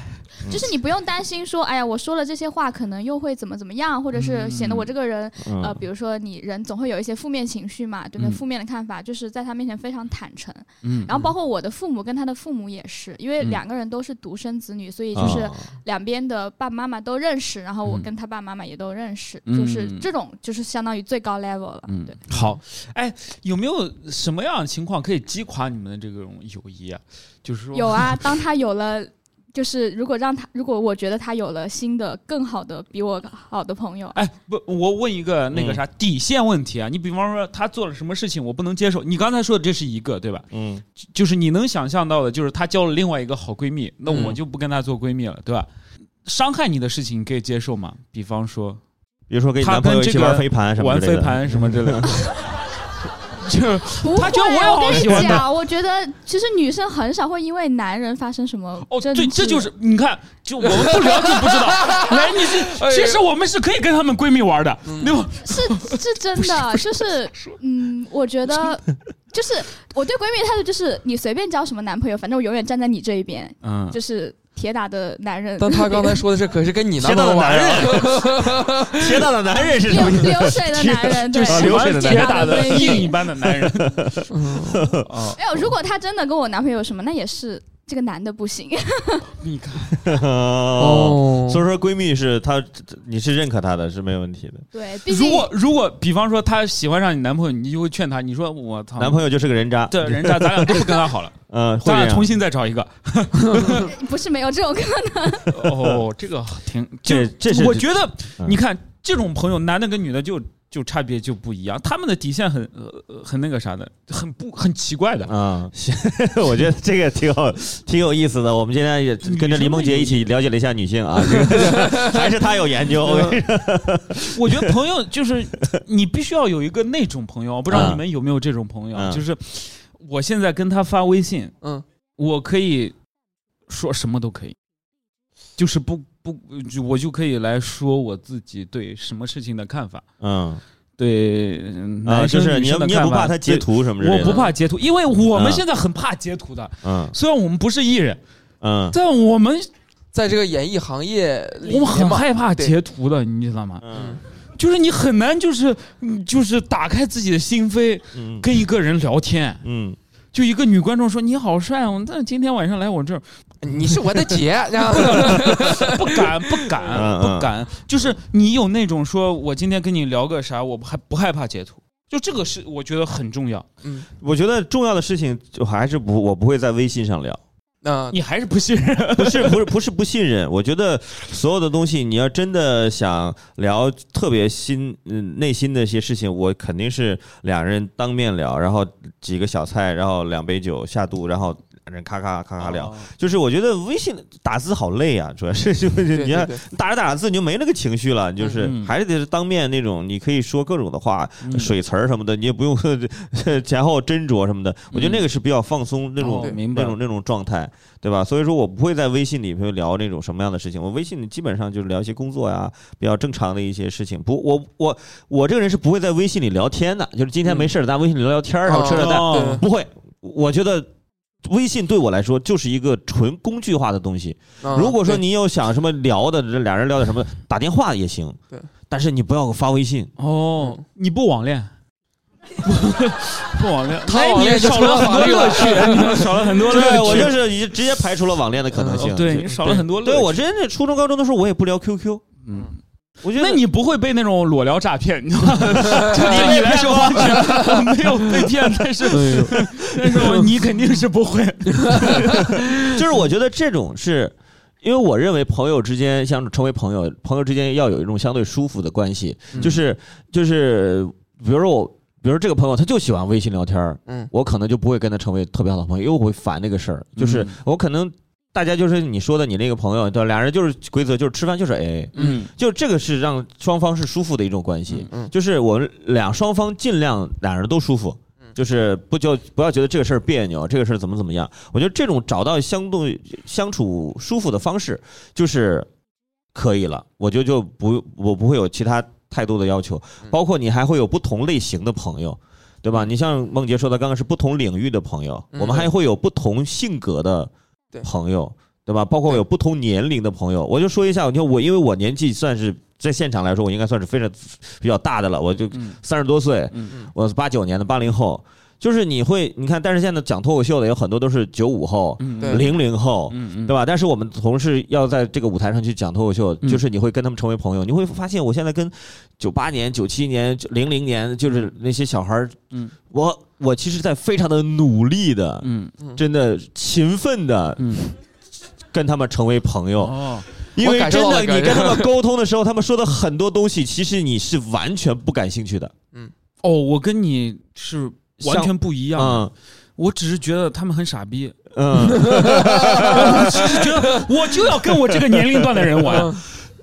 [SPEAKER 9] 就是你不用担心说，哎呀，我说了这些话，可能又会怎么怎么样，或者
[SPEAKER 2] 嗯
[SPEAKER 9] 是显得我这个人，呃，
[SPEAKER 2] 啊
[SPEAKER 3] 嗯，
[SPEAKER 9] 比如说你人总会有一些负面情绪嘛，对不对？
[SPEAKER 2] 嗯
[SPEAKER 9] 负面的看法，就是在他面前非常坦诚。
[SPEAKER 2] 嗯，
[SPEAKER 9] 然后包括我的父母跟他的父母也是，因为
[SPEAKER 2] 嗯啊
[SPEAKER 9] 两个人都是独生子女，所以呃就是
[SPEAKER 3] 哦
[SPEAKER 9] 两边的爸爸妈妈都认识，然后我
[SPEAKER 2] 嗯
[SPEAKER 9] 跟他爸妈妈也都认识，
[SPEAKER 2] 嗯
[SPEAKER 9] 就是这种就是相当于最高 level 了。
[SPEAKER 2] 嗯
[SPEAKER 9] 对，，
[SPEAKER 2] 好，哎，有没有什么样的情况可以击垮你们的这种友谊啊？就是说，
[SPEAKER 9] 有啊，当他有了。就是如果让他，如果我觉得他有了新的、更好的、比我好的朋友，
[SPEAKER 2] 哎，不，我问一个
[SPEAKER 3] 嗯
[SPEAKER 2] 那个啥、底线问题啊，你比方说他做了什么事情我不能接受，你刚才说的这是一个对吧？
[SPEAKER 3] 嗯，
[SPEAKER 2] 就就是你能想象到的，就是她交了另外一个好闺蜜，那我
[SPEAKER 4] 嗯
[SPEAKER 2] 就不跟她做闺蜜了，对吧？伤害你的事情你可以接受吗？比方说
[SPEAKER 3] 比如说跟你
[SPEAKER 2] 她
[SPEAKER 3] 男朋友一
[SPEAKER 2] 跟这
[SPEAKER 3] 起
[SPEAKER 2] 个
[SPEAKER 3] 玩飞盘什么
[SPEAKER 2] 玩
[SPEAKER 3] 之类
[SPEAKER 2] 飞
[SPEAKER 3] 的，
[SPEAKER 2] 盘什么之类的，就是
[SPEAKER 9] 不
[SPEAKER 2] 他觉得
[SPEAKER 9] 会
[SPEAKER 2] 我有好
[SPEAKER 9] 我跟
[SPEAKER 2] 喜
[SPEAKER 9] 你
[SPEAKER 2] 欢的
[SPEAKER 9] 讲，我觉得其实女生很少会因为男人发生什么
[SPEAKER 2] 哦，
[SPEAKER 9] 争
[SPEAKER 2] 对，这
[SPEAKER 9] 执
[SPEAKER 2] 就是你看，就我们不了解不知 道。来，你
[SPEAKER 4] 哎
[SPEAKER 2] 是其实我们是可以跟她们闺蜜玩的，
[SPEAKER 3] 嗯
[SPEAKER 2] 对吧？
[SPEAKER 9] 是是真 的，就是嗯，我觉得就是我对闺蜜的态度就是你随便交什么男朋友，反正我永远站在你这一边，
[SPEAKER 2] 嗯，
[SPEAKER 9] 就是铁打的男人。
[SPEAKER 4] 但他刚才说的是，可是跟你 男
[SPEAKER 3] 铁
[SPEAKER 4] 朋
[SPEAKER 3] 打
[SPEAKER 4] 友
[SPEAKER 3] 的
[SPEAKER 4] 玩
[SPEAKER 3] 男
[SPEAKER 4] 啊，
[SPEAKER 3] 人，铁打的男人是什
[SPEAKER 9] 流
[SPEAKER 3] 么意思？
[SPEAKER 9] 流水的男人，对
[SPEAKER 10] 啊
[SPEAKER 2] 就。喜
[SPEAKER 3] 啊流水
[SPEAKER 2] 欢
[SPEAKER 3] 的嗯
[SPEAKER 2] 铁
[SPEAKER 3] 男
[SPEAKER 2] 打的
[SPEAKER 9] 人
[SPEAKER 2] 另一般的男 人。 哦，
[SPEAKER 9] 没有，如果他真的跟我男朋友有什么，那也是这个男的不行。
[SPEAKER 2] 你看，
[SPEAKER 3] 哦，
[SPEAKER 4] 哦
[SPEAKER 3] 所以说闺蜜是她，你是认可她的，是没有问题的。
[SPEAKER 9] 对，毕
[SPEAKER 2] 如
[SPEAKER 9] 竟
[SPEAKER 2] 果如果比方说她喜欢上你男朋友，你就会劝她，你说我操，
[SPEAKER 3] 男朋友就是个人渣，
[SPEAKER 2] 对人渣，咱俩都不跟他好了，
[SPEAKER 3] 嗯， 会
[SPEAKER 2] 咱
[SPEAKER 3] 这
[SPEAKER 2] 俩
[SPEAKER 3] 样
[SPEAKER 2] 重新再找一个。
[SPEAKER 9] 不是没有这种 可
[SPEAKER 2] 哦，这个挺
[SPEAKER 3] 这
[SPEAKER 2] 就
[SPEAKER 3] 这是
[SPEAKER 2] 我觉得，
[SPEAKER 3] 嗯
[SPEAKER 2] 你看这种朋友，男的跟女的就就差别就不一样，他们的底线很呃很那个啥的，很不很奇 怪的。
[SPEAKER 3] 嗯，行，我觉得这个挺好，挺有意思的。我们今天也跟着林梦洁一起了解了一下女性啊， 这个还是她有研究。我跟你说
[SPEAKER 2] 我觉得朋友就是你必须要有一个那种朋友，不知道
[SPEAKER 3] 嗯
[SPEAKER 2] 你们有没有这种朋友，
[SPEAKER 3] 嗯
[SPEAKER 2] 就是我现在跟他发微信，
[SPEAKER 4] 嗯，
[SPEAKER 2] 我可以说什么都可以，就是不不就我就可以来说我自己对什么事情的看法，
[SPEAKER 3] 嗯
[SPEAKER 2] 对
[SPEAKER 3] 啊，
[SPEAKER 2] 呃男
[SPEAKER 3] 就
[SPEAKER 2] 生、
[SPEAKER 3] 是
[SPEAKER 2] 女
[SPEAKER 3] 你也
[SPEAKER 2] 生的
[SPEAKER 3] 你也
[SPEAKER 2] 看
[SPEAKER 3] 不
[SPEAKER 2] 法，
[SPEAKER 3] 怕她截图什么之
[SPEAKER 2] 对。
[SPEAKER 3] 类
[SPEAKER 2] 我
[SPEAKER 3] 的。
[SPEAKER 2] 不怕截图，因为我们
[SPEAKER 3] 嗯
[SPEAKER 2] 现在很怕截图的。
[SPEAKER 3] 嗯
[SPEAKER 2] 虽然我们不是艺人，
[SPEAKER 3] 嗯
[SPEAKER 2] 但我们
[SPEAKER 4] 在这个演艺行业里
[SPEAKER 2] 我们很
[SPEAKER 4] 嘛
[SPEAKER 2] 害怕
[SPEAKER 4] 对
[SPEAKER 2] 截图的，你知道吗？
[SPEAKER 3] 嗯
[SPEAKER 2] 就是你很难，就是嗯就是打开自己的心扉，
[SPEAKER 3] 嗯
[SPEAKER 2] 跟一个人聊天。
[SPEAKER 3] 嗯，
[SPEAKER 2] 就一个女观众说：“你好帅哦，但今天晚上来我这儿，
[SPEAKER 4] 你是我的 姐，然后
[SPEAKER 2] 不敢，不
[SPEAKER 3] 嗯
[SPEAKER 2] 敢，
[SPEAKER 3] 嗯
[SPEAKER 2] 不敢。”就是你有那种说，我今天跟你聊个啥，我不害不害怕截图，就这个是我觉得很重要。
[SPEAKER 3] 我觉得重要的事情就还是不，我不会在微信上聊。
[SPEAKER 4] 嗯，
[SPEAKER 2] 你还是不信任。
[SPEAKER 3] 不是不是不是不信任，我觉得所有的东西，你要真的想聊特别心嗯内心的一些事情，我肯定是两人当面聊，然后几个小菜，然后两杯酒下肚，然后两人咔咔咔咔
[SPEAKER 4] 哦
[SPEAKER 3] 聊。就是我觉得微信打字好累啊，主要是就
[SPEAKER 4] 对
[SPEAKER 3] 是
[SPEAKER 4] 对
[SPEAKER 3] 你看
[SPEAKER 4] 对
[SPEAKER 3] 打着打着字你就没那个情绪了，你就是
[SPEAKER 2] 嗯
[SPEAKER 3] 还是得是当面那种，你可以说各种的话，
[SPEAKER 2] 嗯
[SPEAKER 3] 水词儿什么的，你也不用 前后斟酌什么的。我觉得那个是比较放松那种
[SPEAKER 2] 嗯哦明白
[SPEAKER 3] 那种那种状态，对吧？所以说我不会在微信里面聊那种什么样的事情，我微信里基本上就是聊一些工作呀，比较正常的一些事情。不，我我我这个人是不会在微信里聊天的，就是今天没事儿，咱微信里聊聊天儿，然后吃点蛋，
[SPEAKER 2] 嗯哦
[SPEAKER 3] 不会。我觉得微信对我来说就是一个纯工具化的东西。
[SPEAKER 11] 啊
[SPEAKER 4] 嗯
[SPEAKER 3] 如果说
[SPEAKER 4] 对
[SPEAKER 3] 你有想什么聊的，这俩人聊点什么，打电话也行。
[SPEAKER 4] 对，
[SPEAKER 3] 但是你不要发微信。
[SPEAKER 2] 哦，你不网恋，不网恋，
[SPEAKER 4] 他
[SPEAKER 2] 那
[SPEAKER 4] 网恋
[SPEAKER 2] 你
[SPEAKER 4] 就
[SPEAKER 2] 少
[SPEAKER 4] 成
[SPEAKER 2] 了
[SPEAKER 4] 了
[SPEAKER 2] 很
[SPEAKER 4] 法
[SPEAKER 2] 多
[SPEAKER 4] 律
[SPEAKER 2] 乐
[SPEAKER 4] 了
[SPEAKER 2] 趣， 你少了很多乐
[SPEAKER 3] 对，
[SPEAKER 2] 趣。
[SPEAKER 3] 我就是已经直接排除了网恋的可能性。
[SPEAKER 4] 嗯
[SPEAKER 2] 哦对你少了很多乐趣。
[SPEAKER 3] 对我真是初中高中的时候，我也不聊 QQ。
[SPEAKER 2] 嗯，
[SPEAKER 3] 我觉得
[SPEAKER 2] 那你不会被那种裸聊诈骗？你知 道吗？就对你来说，我 没有被骗，但是但是我你肯定是不会。
[SPEAKER 3] 就是我觉得这种是。因为我认为朋友之间相处，成为朋友，朋友之间要有一种相对舒服的关系，
[SPEAKER 4] 嗯
[SPEAKER 3] 就是就是，比如说我，比如说这个朋友，他就喜欢微信聊天儿
[SPEAKER 4] 嗯
[SPEAKER 3] 我可能就不会跟他成为特别好的朋友，因为我会烦这个事儿。就是
[SPEAKER 2] 嗯
[SPEAKER 3] 我可能大家就是你说的你那个朋友，对吧，俩人就是规则就是吃饭就是 AA，
[SPEAKER 2] 嗯
[SPEAKER 3] 就这个是让双方是舒服的一种关系，
[SPEAKER 4] 嗯嗯
[SPEAKER 3] 就是我们俩双方尽量俩人都舒服，
[SPEAKER 4] 嗯
[SPEAKER 3] 就是不就不要觉得这个事儿别扭，这个事儿怎么怎么样。我觉得这种找到相对相处舒服的方式就是可以了，我觉得就不我不会有其他太多的要求，
[SPEAKER 4] 嗯
[SPEAKER 3] 包括你还会有不同类型的朋友。对吧？你像梦洁说的，刚刚是不同领域的朋友，
[SPEAKER 4] 嗯
[SPEAKER 3] 我们还会有不同性格的
[SPEAKER 4] 对
[SPEAKER 3] 朋友，对吧？包括有不同年龄的朋友，我就说一下，你看我，因为我年纪算是在现场来说，我应该算是非常比较大的了，我就
[SPEAKER 2] 嗯
[SPEAKER 3] 三十多岁，
[SPEAKER 2] 嗯
[SPEAKER 3] 我是八九年的，八零后，就是你会，你看，但是现在讲脱口秀的有很多都是九五后、
[SPEAKER 2] 嗯
[SPEAKER 4] 对
[SPEAKER 3] 零零后。
[SPEAKER 2] 嗯
[SPEAKER 3] 对吧？但是我们同事要在这个舞台上去讲脱口秀，
[SPEAKER 2] 嗯
[SPEAKER 3] 就是你会跟他们成为朋友，你会发现我现在跟九八年、九七年、零零年，就是那些小孩儿，
[SPEAKER 2] 嗯
[SPEAKER 3] 我我其实在非常的努力的，
[SPEAKER 2] 嗯
[SPEAKER 3] 真的勤奋的
[SPEAKER 2] 嗯
[SPEAKER 3] 跟他们成为朋友，
[SPEAKER 2] 哦，
[SPEAKER 3] 因为
[SPEAKER 4] 我感受
[SPEAKER 3] 真
[SPEAKER 4] 到
[SPEAKER 3] 的
[SPEAKER 4] 了
[SPEAKER 3] 你
[SPEAKER 4] 感
[SPEAKER 3] 跟
[SPEAKER 4] 受
[SPEAKER 3] 他们沟通的时候，他们说的很多东西，其实你是完全不感兴趣的。
[SPEAKER 2] 哦，我跟你是完全不一样的。
[SPEAKER 3] 嗯
[SPEAKER 2] 我只是觉得他们很傻逼，
[SPEAKER 3] 嗯，
[SPEAKER 2] 我只是觉得我就要跟我这个年龄段的人玩。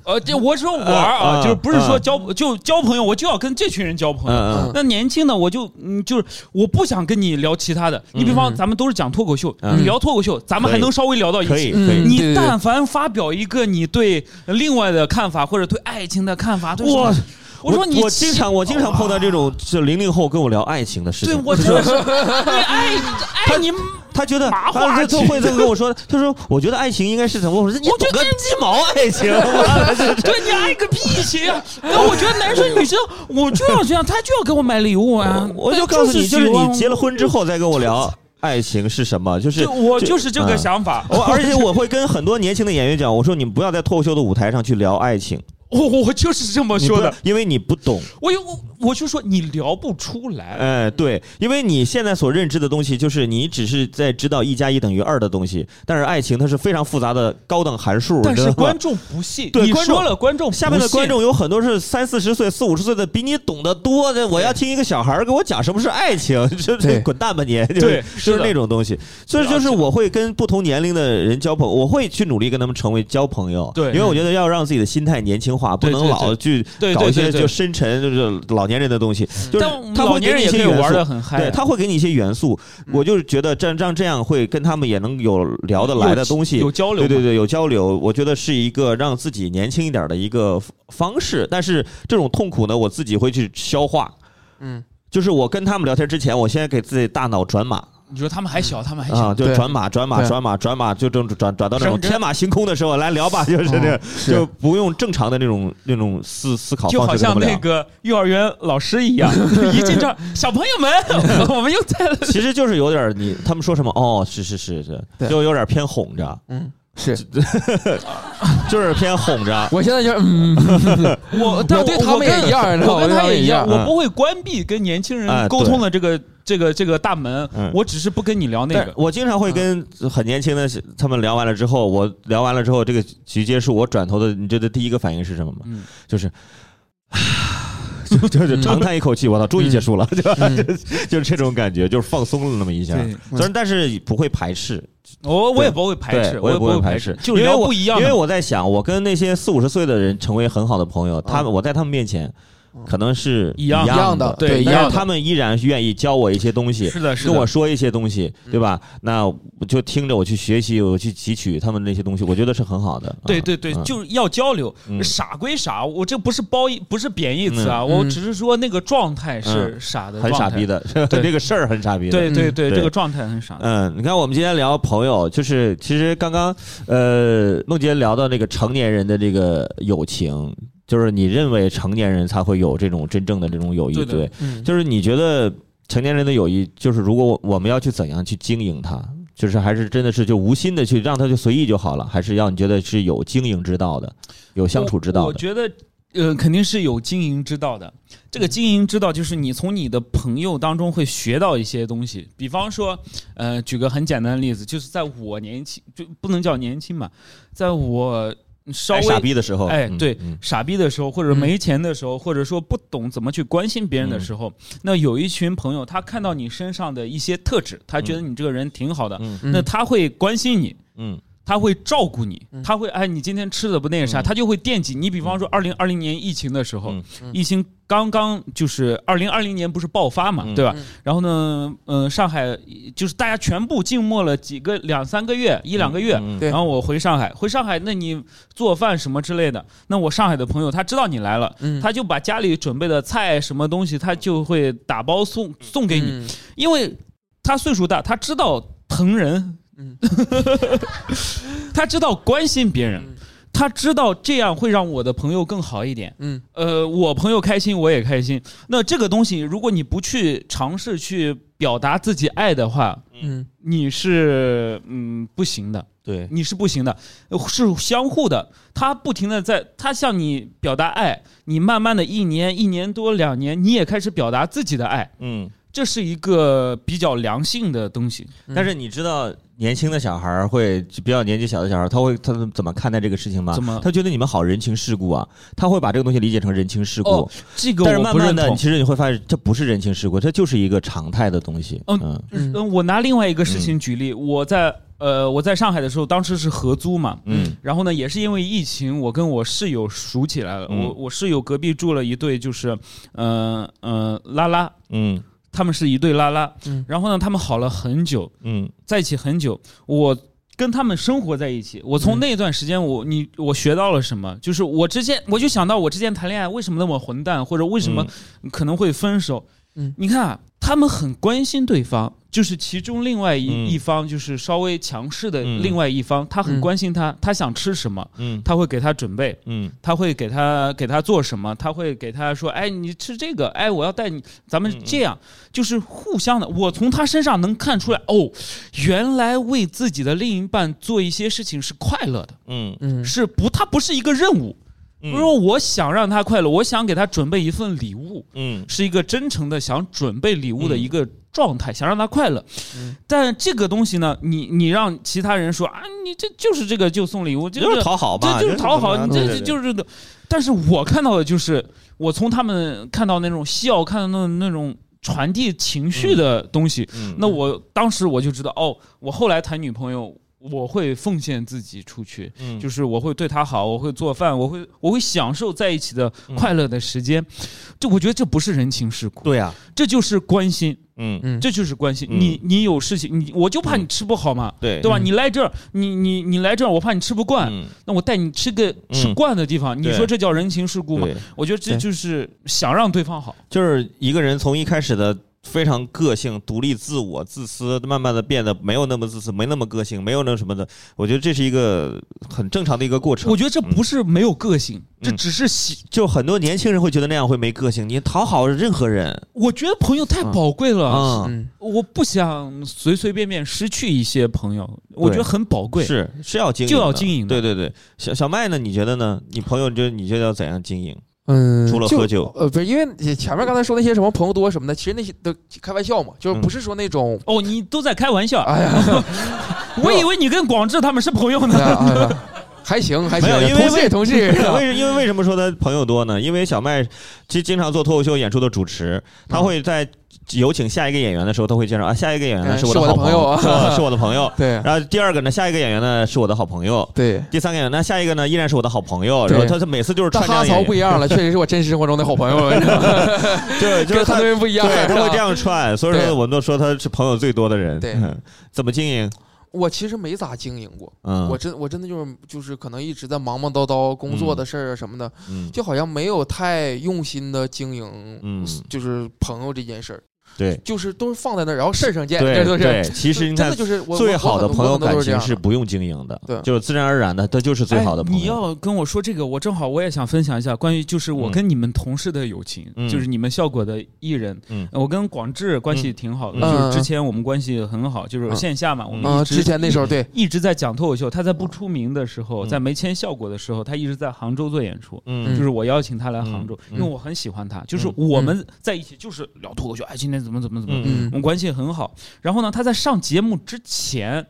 [SPEAKER 2] 呃，这我说玩儿
[SPEAKER 3] 嗯嗯
[SPEAKER 2] 啊，就是不是说
[SPEAKER 3] 嗯
[SPEAKER 2] 交就交朋友，我就要跟这群人交朋友。
[SPEAKER 3] 嗯
[SPEAKER 2] 那年轻的我就嗯，就是我不想跟你聊其他的。你比方咱们都是讲脱口秀，
[SPEAKER 3] 嗯
[SPEAKER 2] 你聊脱口秀，咱们还能稍微聊到一
[SPEAKER 3] 嗯，可
[SPEAKER 2] 起
[SPEAKER 3] 以。可以。
[SPEAKER 4] 对
[SPEAKER 2] 你
[SPEAKER 4] 对对
[SPEAKER 2] 但凡发表一个你对另外的看法，或者对爱情的看法，对
[SPEAKER 3] 哇
[SPEAKER 2] 什么 我说你
[SPEAKER 3] 我经常我经常碰到这种是零零后跟我聊爱情的事
[SPEAKER 2] 对
[SPEAKER 3] 情，
[SPEAKER 2] 我真的是，你爱爱你，
[SPEAKER 3] 他觉得
[SPEAKER 2] 麻花
[SPEAKER 3] 他他
[SPEAKER 2] 情
[SPEAKER 3] 会这么跟我说，他说我觉得爱情应该是什么？我说你
[SPEAKER 2] 我
[SPEAKER 3] 懂
[SPEAKER 2] 觉
[SPEAKER 3] 个鸡毛爱情，我真是
[SPEAKER 2] 对你爱个屁情！那我觉得男生女生，我就要这样，他就要给我买礼物啊！
[SPEAKER 3] 我就告诉你，就是
[SPEAKER 2] 喜欢
[SPEAKER 3] 你结了婚之后再跟我聊爱情是什么，就是
[SPEAKER 2] 就我
[SPEAKER 3] 就
[SPEAKER 2] 就是这个
[SPEAKER 3] 嗯
[SPEAKER 2] 想法。
[SPEAKER 3] 我而且我会跟很多年轻的演员讲，我说你们不要在脱口秀的舞台上去聊爱情，
[SPEAKER 2] 我我就是这么
[SPEAKER 3] 你
[SPEAKER 2] 说
[SPEAKER 3] 不
[SPEAKER 2] 的，，
[SPEAKER 3] 因为你不懂。
[SPEAKER 2] 我有我我就说你聊不出来，
[SPEAKER 3] 哎，对，因为你现在所认知的东西，就是你只是在知道一加一等于二的东西，但是爱情它是非常复杂的高等函数。
[SPEAKER 2] 但
[SPEAKER 3] 你知道
[SPEAKER 2] 是
[SPEAKER 3] 吗
[SPEAKER 2] 观众不信，
[SPEAKER 3] 对
[SPEAKER 2] 你
[SPEAKER 3] 观众
[SPEAKER 2] 说了观众
[SPEAKER 3] 下面的
[SPEAKER 2] 不信
[SPEAKER 3] 观众有很多是三四十岁、四五十岁的，比你懂得多的。我要听一个小孩儿给我讲什么是爱情， 就
[SPEAKER 4] 对
[SPEAKER 3] 滚蛋吧你！就是
[SPEAKER 2] 对
[SPEAKER 3] 就是是
[SPEAKER 2] 的
[SPEAKER 3] 那种东西。所以就是我会跟不同年龄的人交朋友，我会去努力跟他们成为交朋友。
[SPEAKER 2] 对
[SPEAKER 3] 因为我觉得要让自己的心态年轻化，不
[SPEAKER 2] 对
[SPEAKER 3] 能
[SPEAKER 2] 对
[SPEAKER 3] 老去
[SPEAKER 2] 对
[SPEAKER 3] 搞
[SPEAKER 2] 对
[SPEAKER 3] 一
[SPEAKER 2] 对
[SPEAKER 3] 些
[SPEAKER 2] 对
[SPEAKER 3] 就深沉，就是老年人的东西。就是
[SPEAKER 2] 但
[SPEAKER 3] 他
[SPEAKER 2] 老
[SPEAKER 3] 会
[SPEAKER 2] 年
[SPEAKER 3] 给
[SPEAKER 2] 人
[SPEAKER 3] 你
[SPEAKER 2] 也
[SPEAKER 3] 一
[SPEAKER 2] 可
[SPEAKER 3] 些
[SPEAKER 2] 以
[SPEAKER 3] 元
[SPEAKER 2] 玩
[SPEAKER 3] 素
[SPEAKER 2] 的。很嗨啊
[SPEAKER 3] 对
[SPEAKER 2] 的，
[SPEAKER 3] 他会给你一些元素，
[SPEAKER 2] 嗯
[SPEAKER 3] 我就是觉得这让这样会跟他们也能有聊得来的东西，
[SPEAKER 2] 有交流嘛，
[SPEAKER 3] 对对对，有交流，我觉得是一个让自己年轻一点的一个方式。但是这种痛苦呢，我自己会去消化。
[SPEAKER 4] 嗯，
[SPEAKER 3] 就是我跟他们聊天之前，我先给自己大脑转码
[SPEAKER 2] 你说他们还小，他们还
[SPEAKER 3] 啊，
[SPEAKER 2] 小，
[SPEAKER 3] 就
[SPEAKER 4] 对
[SPEAKER 3] 转码、转码、
[SPEAKER 4] 对
[SPEAKER 3] 转码、转码，就这种转转到那种
[SPEAKER 2] 转着
[SPEAKER 3] 天马行空的时候来聊吧， 就是这样，就不用正常的那种那种思思考
[SPEAKER 2] 哦就好
[SPEAKER 3] 方式跟他
[SPEAKER 2] 像
[SPEAKER 3] 们
[SPEAKER 2] 那
[SPEAKER 3] 聊。
[SPEAKER 2] 个幼儿园老师一样，一进这儿，小朋友们，我们又在了。
[SPEAKER 3] 其实就是有点你他们说什么哦，是是是是，
[SPEAKER 4] 对
[SPEAKER 3] 就有点偏哄着。
[SPEAKER 4] 嗯是
[SPEAKER 3] 就是偏哄着。
[SPEAKER 4] 我现在就是嗯，
[SPEAKER 2] 我但
[SPEAKER 4] 我
[SPEAKER 2] 我
[SPEAKER 4] 对他们也一，样，你知道吗
[SPEAKER 2] 我跟
[SPEAKER 4] 对
[SPEAKER 2] 他
[SPEAKER 4] 们
[SPEAKER 2] 也一样，
[SPEAKER 3] 嗯
[SPEAKER 2] 我不会关闭跟年轻
[SPEAKER 3] 哎
[SPEAKER 2] 人沟通的这个这个这个大门
[SPEAKER 3] 嗯，
[SPEAKER 2] 我只是不跟你聊那
[SPEAKER 3] 但
[SPEAKER 2] 个。
[SPEAKER 3] 我经常会跟很年轻的他们聊完了之后，我聊完了之后，这个局结束，我转头的，你知道第一个反应是什么吗？
[SPEAKER 2] 嗯
[SPEAKER 3] 就是。 就就就长叹一口气，我操，终于结束了， 对吧？
[SPEAKER 4] 嗯
[SPEAKER 3] 就是这种感觉，就是放松了那么一下。
[SPEAKER 2] 对
[SPEAKER 3] 虽然但是不会排斥，
[SPEAKER 2] 我我也不会排斥，
[SPEAKER 3] 对我
[SPEAKER 2] 也
[SPEAKER 3] 也不
[SPEAKER 2] 会
[SPEAKER 3] 会排
[SPEAKER 2] 斥，
[SPEAKER 3] 斥，
[SPEAKER 2] 就
[SPEAKER 3] 因
[SPEAKER 2] 是
[SPEAKER 3] 为
[SPEAKER 2] 聊
[SPEAKER 3] 我
[SPEAKER 2] 不一样的
[SPEAKER 3] 因
[SPEAKER 2] 嘛。
[SPEAKER 3] 为我在想，我跟那些四五十岁的人成为很好的朋友，他们我在他们面前可能是
[SPEAKER 2] 嗯一样
[SPEAKER 3] 一
[SPEAKER 2] 的
[SPEAKER 3] 样
[SPEAKER 4] 的
[SPEAKER 2] 对
[SPEAKER 3] 但是
[SPEAKER 2] 一样的
[SPEAKER 3] 他们依然愿意教我一些东西，
[SPEAKER 2] 是的，嗯是
[SPEAKER 3] 跟
[SPEAKER 2] 的，
[SPEAKER 3] 我说一些东西，对吧？那我就听着我去学习，我去汲取他们那些东西，我觉得是很好的。
[SPEAKER 2] 对对对，
[SPEAKER 3] 嗯
[SPEAKER 2] 就是要交流。
[SPEAKER 3] 嗯
[SPEAKER 2] 傻归傻，我这不是褒义，不是贬义词啊，
[SPEAKER 4] 嗯
[SPEAKER 2] 我
[SPEAKER 4] 嗯
[SPEAKER 2] 只是说那个状态是傻的，
[SPEAKER 3] 很傻逼
[SPEAKER 2] 的。
[SPEAKER 3] 的，
[SPEAKER 2] 对
[SPEAKER 3] 这个事儿很傻逼的。
[SPEAKER 2] 对对对，
[SPEAKER 3] 对
[SPEAKER 2] 这个状态很傻。
[SPEAKER 3] 嗯，你看我们今天聊朋友，就是其实刚刚呃，梦洁聊到那个成年人的这个友情，就是你认为成年人才会有这种真正的这种友谊，
[SPEAKER 2] 对的
[SPEAKER 3] 对，
[SPEAKER 4] 嗯
[SPEAKER 3] 就是你觉得成年人的友谊，就是如果我我们要去怎样去经营它，就是还是真的是就无心的去让它就随意就好了，还是要你觉得是有经营之道的，有相处之
[SPEAKER 2] 我
[SPEAKER 3] 道
[SPEAKER 2] 我
[SPEAKER 3] 的，
[SPEAKER 2] 觉得，呃，肯定是有经营之道的。这个经营之道就是你从你的朋友当中会学到一些东西，比方说，呃，举个很简单的例子，就是在我年轻就不能叫年轻嘛，在我稍
[SPEAKER 3] 哎
[SPEAKER 2] 微
[SPEAKER 3] 傻逼的时候，
[SPEAKER 2] 哎
[SPEAKER 3] 嗯
[SPEAKER 2] 对
[SPEAKER 3] 嗯嗯
[SPEAKER 2] 傻逼的时候，或者没钱的时候，或者说不懂怎么去关心别人的时候，那有一群朋友，他看到你身上的一些特质，他觉得你这个人挺好的，
[SPEAKER 3] 嗯
[SPEAKER 2] 那他会关心你。
[SPEAKER 3] 嗯
[SPEAKER 2] 他会照顾你
[SPEAKER 4] 嗯，
[SPEAKER 2] 他会哎，你今天吃的不那啥，
[SPEAKER 3] 嗯
[SPEAKER 2] 他就会惦记你。比方说，二零二零年疫情的时候
[SPEAKER 3] 嗯，
[SPEAKER 2] 疫情刚刚就是二零二零年不是爆发嘛
[SPEAKER 3] 嗯，
[SPEAKER 2] 对吧
[SPEAKER 4] 嗯？
[SPEAKER 2] 然后呢，嗯，上海就是大家全部静默了几个两三个月，一两个月，
[SPEAKER 3] 嗯嗯
[SPEAKER 4] 对
[SPEAKER 2] 然后我回上海，回上海，那你做饭什么之类的，那我上海的朋友他知道你来了，
[SPEAKER 4] 嗯
[SPEAKER 2] 他就把家里准备的菜什么东西，他就会打包送送给你，
[SPEAKER 4] 嗯
[SPEAKER 2] 因为他岁数大，他知道疼人，
[SPEAKER 4] 嗯
[SPEAKER 2] 他知道关心别人
[SPEAKER 4] 嗯，
[SPEAKER 2] 他知道这样会让我的朋友更好一点。
[SPEAKER 4] 嗯
[SPEAKER 2] 呃，我朋友开心，我也开心。那这个东西，如果你不去尝试去表达自己爱的话，
[SPEAKER 4] 嗯
[SPEAKER 2] 你是嗯不行的。
[SPEAKER 3] 对，
[SPEAKER 2] 你是不行的，呃是相互的。他不停的在，他向你表达爱，你慢慢的一年、一年多、两年，你也开始表达自己的爱，
[SPEAKER 3] 嗯。
[SPEAKER 2] 这是一个比较良性的东西。
[SPEAKER 3] 但是你知道年轻的小孩儿会就比较年纪小的小孩儿，他会他怎么看待这个事情吗
[SPEAKER 2] 怎么？
[SPEAKER 3] 他觉得你们好人情世故啊，他会把这个东西理解成人情世故。
[SPEAKER 2] 哦这个
[SPEAKER 3] 但是
[SPEAKER 2] 我
[SPEAKER 3] 慢
[SPEAKER 2] 不
[SPEAKER 3] 慢
[SPEAKER 2] 认
[SPEAKER 3] 的，
[SPEAKER 2] 同
[SPEAKER 3] 你。其实你会发现，这不是人情世故，这就是一个常态的东西。
[SPEAKER 2] 嗯
[SPEAKER 3] 嗯
[SPEAKER 4] 嗯
[SPEAKER 2] 嗯，我拿另外一个事情举例，我在呃我在上海的时候，当时是合租嘛，
[SPEAKER 3] 嗯
[SPEAKER 2] 然后呢，也是因为疫情，我跟我室友熟起来了。
[SPEAKER 3] 嗯
[SPEAKER 2] 我我室友隔壁住了一对，就是呃呃拉拉，
[SPEAKER 3] 嗯
[SPEAKER 2] 他们是一对拉拉。
[SPEAKER 4] 嗯
[SPEAKER 2] 然后呢，他们好了很久，
[SPEAKER 3] 嗯
[SPEAKER 2] 在一起很久，我跟他们生活在一起。我从
[SPEAKER 4] 嗯
[SPEAKER 2] 那段时间我，你我学到了什么？就是我之前我就想到我之前谈恋爱为什么那么混蛋，或者为什
[SPEAKER 3] 嗯
[SPEAKER 2] 么可能会分手。
[SPEAKER 4] 嗯
[SPEAKER 2] 你看啊，他们很关心对方，就是其中另外一、
[SPEAKER 3] 嗯
[SPEAKER 2] 一方就是稍微强势的
[SPEAKER 3] 嗯
[SPEAKER 2] 另外一方，他很
[SPEAKER 4] 嗯
[SPEAKER 2] 关心他，他想吃什么，
[SPEAKER 3] 嗯
[SPEAKER 2] 他会给他准备。
[SPEAKER 3] 嗯
[SPEAKER 2] 他会给他给他做什么？他会给他说：“哎，你吃这个，哎，我要带你，咱们
[SPEAKER 3] 嗯嗯
[SPEAKER 2] 这样，就是互相的。”我从他身上能看出来，哦，原来为自己的另一半做一些事情是快乐的，
[SPEAKER 3] 嗯
[SPEAKER 4] 嗯
[SPEAKER 2] 是不？他不是一个任务。比如说，我想让他快乐，我想给他准备一份礼物，
[SPEAKER 3] 嗯
[SPEAKER 2] 是一个真诚的想准备礼物的
[SPEAKER 3] 嗯
[SPEAKER 2] 一个状态，想让他快乐。
[SPEAKER 4] 嗯
[SPEAKER 2] 但这个东西呢，你你让其他人说啊，你这就是这个就送礼物，这
[SPEAKER 3] 就是讨好嘛，
[SPEAKER 2] 这就是讨好，
[SPEAKER 3] 怎
[SPEAKER 2] 你
[SPEAKER 3] 么样
[SPEAKER 2] 这就是的。但是我看到的就是，我从他们看到那种笑，看到那那种传递情绪的东西，
[SPEAKER 3] 嗯
[SPEAKER 2] 那我当时我就知道，哦，我后来谈女朋友，我会奉献自己出去，
[SPEAKER 3] 嗯
[SPEAKER 2] 就是我会对她好，我会做饭，我会我会享受在一起的快乐的时间。这我觉得这不是人情世故，
[SPEAKER 3] 嗯对呀，
[SPEAKER 2] 这就是关心，
[SPEAKER 3] 嗯
[SPEAKER 4] 嗯
[SPEAKER 2] 这就是关心。
[SPEAKER 3] 嗯
[SPEAKER 2] 你你有事情，你我就怕你吃不好嘛。
[SPEAKER 3] 对
[SPEAKER 2] 对吧？
[SPEAKER 4] 嗯
[SPEAKER 2] 你来这儿，你你你来这儿，我怕你吃不惯，
[SPEAKER 3] 嗯
[SPEAKER 2] 那我带你吃个吃惯的地方，你
[SPEAKER 3] 对
[SPEAKER 2] 说这叫人情世故吗？
[SPEAKER 3] 对，
[SPEAKER 2] 我觉得这
[SPEAKER 4] 对
[SPEAKER 2] 就是想让对方好。
[SPEAKER 3] 就是一个人从一开始的非常个性、独立、自我、自私，慢慢的变得没有那么自私，没那么个性，没有那什么的。我觉得这是一个很正常的一个过程。
[SPEAKER 2] 我觉得这不是没有个性，
[SPEAKER 3] 这
[SPEAKER 2] 只是喜。
[SPEAKER 3] 就很多年轻人会觉得那样会没个性，你讨好任何人。
[SPEAKER 2] 我觉得朋友太宝贵了，
[SPEAKER 3] 嗯
[SPEAKER 2] 我不想随随便便失去一些朋友，我觉得很宝贵。
[SPEAKER 3] 是是要经营的，
[SPEAKER 2] 就要经营
[SPEAKER 3] 对
[SPEAKER 2] 的。
[SPEAKER 3] 对对，小小麦呢？你觉得呢？你朋友就你觉得要怎样经营？
[SPEAKER 11] 嗯，
[SPEAKER 3] 除了
[SPEAKER 11] 就
[SPEAKER 3] 喝 酒，
[SPEAKER 11] 呃，不是，因为前面刚才说那些什么朋友多什么的，其实那些都开玩笑嘛，
[SPEAKER 3] 嗯
[SPEAKER 11] 就是不是说那种
[SPEAKER 2] 哦，你都在开玩笑。
[SPEAKER 3] 啊
[SPEAKER 11] 哎呀，
[SPEAKER 2] 我以为你跟广志他们是朋 友
[SPEAKER 11] 哎呀哎
[SPEAKER 2] 呢。
[SPEAKER 11] 呀还行还
[SPEAKER 3] 没
[SPEAKER 11] 行
[SPEAKER 3] 有，，因为
[SPEAKER 11] 同事也同 事，
[SPEAKER 3] 为因为为什么说他朋友多呢？因为小麦其实经常做脱口秀演出的主持，
[SPEAKER 11] 嗯
[SPEAKER 3] 他会在有请下一个演员的时候，他会介绍啊，下一个演员呢
[SPEAKER 11] 哎
[SPEAKER 3] 是我
[SPEAKER 11] 是我
[SPEAKER 3] 好
[SPEAKER 11] 的
[SPEAKER 3] 朋
[SPEAKER 11] 朋友啊
[SPEAKER 3] 是我 是我的朋友。
[SPEAKER 11] 对
[SPEAKER 3] 然后第二个呢，下一个演员呢是我的好朋友。
[SPEAKER 11] 对，
[SPEAKER 3] 第三个演员，那下一个呢依然是我的好朋友。
[SPEAKER 11] 对
[SPEAKER 3] 然后他是每次就是
[SPEAKER 11] 但
[SPEAKER 3] 穿
[SPEAKER 11] 哈曹不一样了，确实是我真实生活中的好朋友，
[SPEAKER 3] 对，
[SPEAKER 11] 跟很多人不一样，
[SPEAKER 3] 对，
[SPEAKER 11] 是
[SPEAKER 3] 他
[SPEAKER 11] 吧
[SPEAKER 3] 会这样串，所以
[SPEAKER 11] 对
[SPEAKER 3] 说我们都说他是朋友最多的人。
[SPEAKER 11] 对，
[SPEAKER 3] 怎么经营？
[SPEAKER 11] 我其实没咋经营过，
[SPEAKER 3] 嗯
[SPEAKER 11] 我真我真的就是就是可能一直在忙忙叨叨工作的事儿啊什么的，
[SPEAKER 3] 嗯
[SPEAKER 11] 就好像没有太用心的经营，
[SPEAKER 3] 嗯
[SPEAKER 11] 就是朋友这件事儿。
[SPEAKER 3] 对
[SPEAKER 11] 就是都是放在那儿，然后事儿上见，
[SPEAKER 3] 对
[SPEAKER 11] 这都
[SPEAKER 3] 对
[SPEAKER 11] 是。
[SPEAKER 3] 其实你
[SPEAKER 11] 真
[SPEAKER 3] 看，
[SPEAKER 11] 的就是我
[SPEAKER 3] 最好的朋友感情是
[SPEAKER 11] 是
[SPEAKER 3] 不用经营的，
[SPEAKER 11] 对
[SPEAKER 3] 就是自然而然的，他就是 最好的朋
[SPEAKER 2] 哎你
[SPEAKER 3] 友。
[SPEAKER 2] 要跟我说这个，我正好我也想分享一下关于就是我跟你们同事的友情，
[SPEAKER 3] 嗯
[SPEAKER 2] 就是你们效果的艺人，呃
[SPEAKER 3] 嗯
[SPEAKER 2] 我跟广志关系挺好的，
[SPEAKER 11] 嗯
[SPEAKER 2] 就是之前我们关系很好，
[SPEAKER 3] 嗯
[SPEAKER 2] 就是线下嘛，我们
[SPEAKER 11] 啊，
[SPEAKER 2] 一直
[SPEAKER 11] 之前那时候对，
[SPEAKER 2] 一直在讲脱口秀，他在不出名的时候，
[SPEAKER 3] 嗯
[SPEAKER 2] 在没签效果的时候，他一直在杭州做演出。
[SPEAKER 3] 嗯
[SPEAKER 2] 就是我邀请他来杭州，
[SPEAKER 3] 嗯
[SPEAKER 2] 因为我很喜欢他，就是我们在一起就是聊脱口秀，哎，今天怎么怎么怎么，
[SPEAKER 3] 嗯
[SPEAKER 2] 我们关系很好。然后呢，他在上节目之前。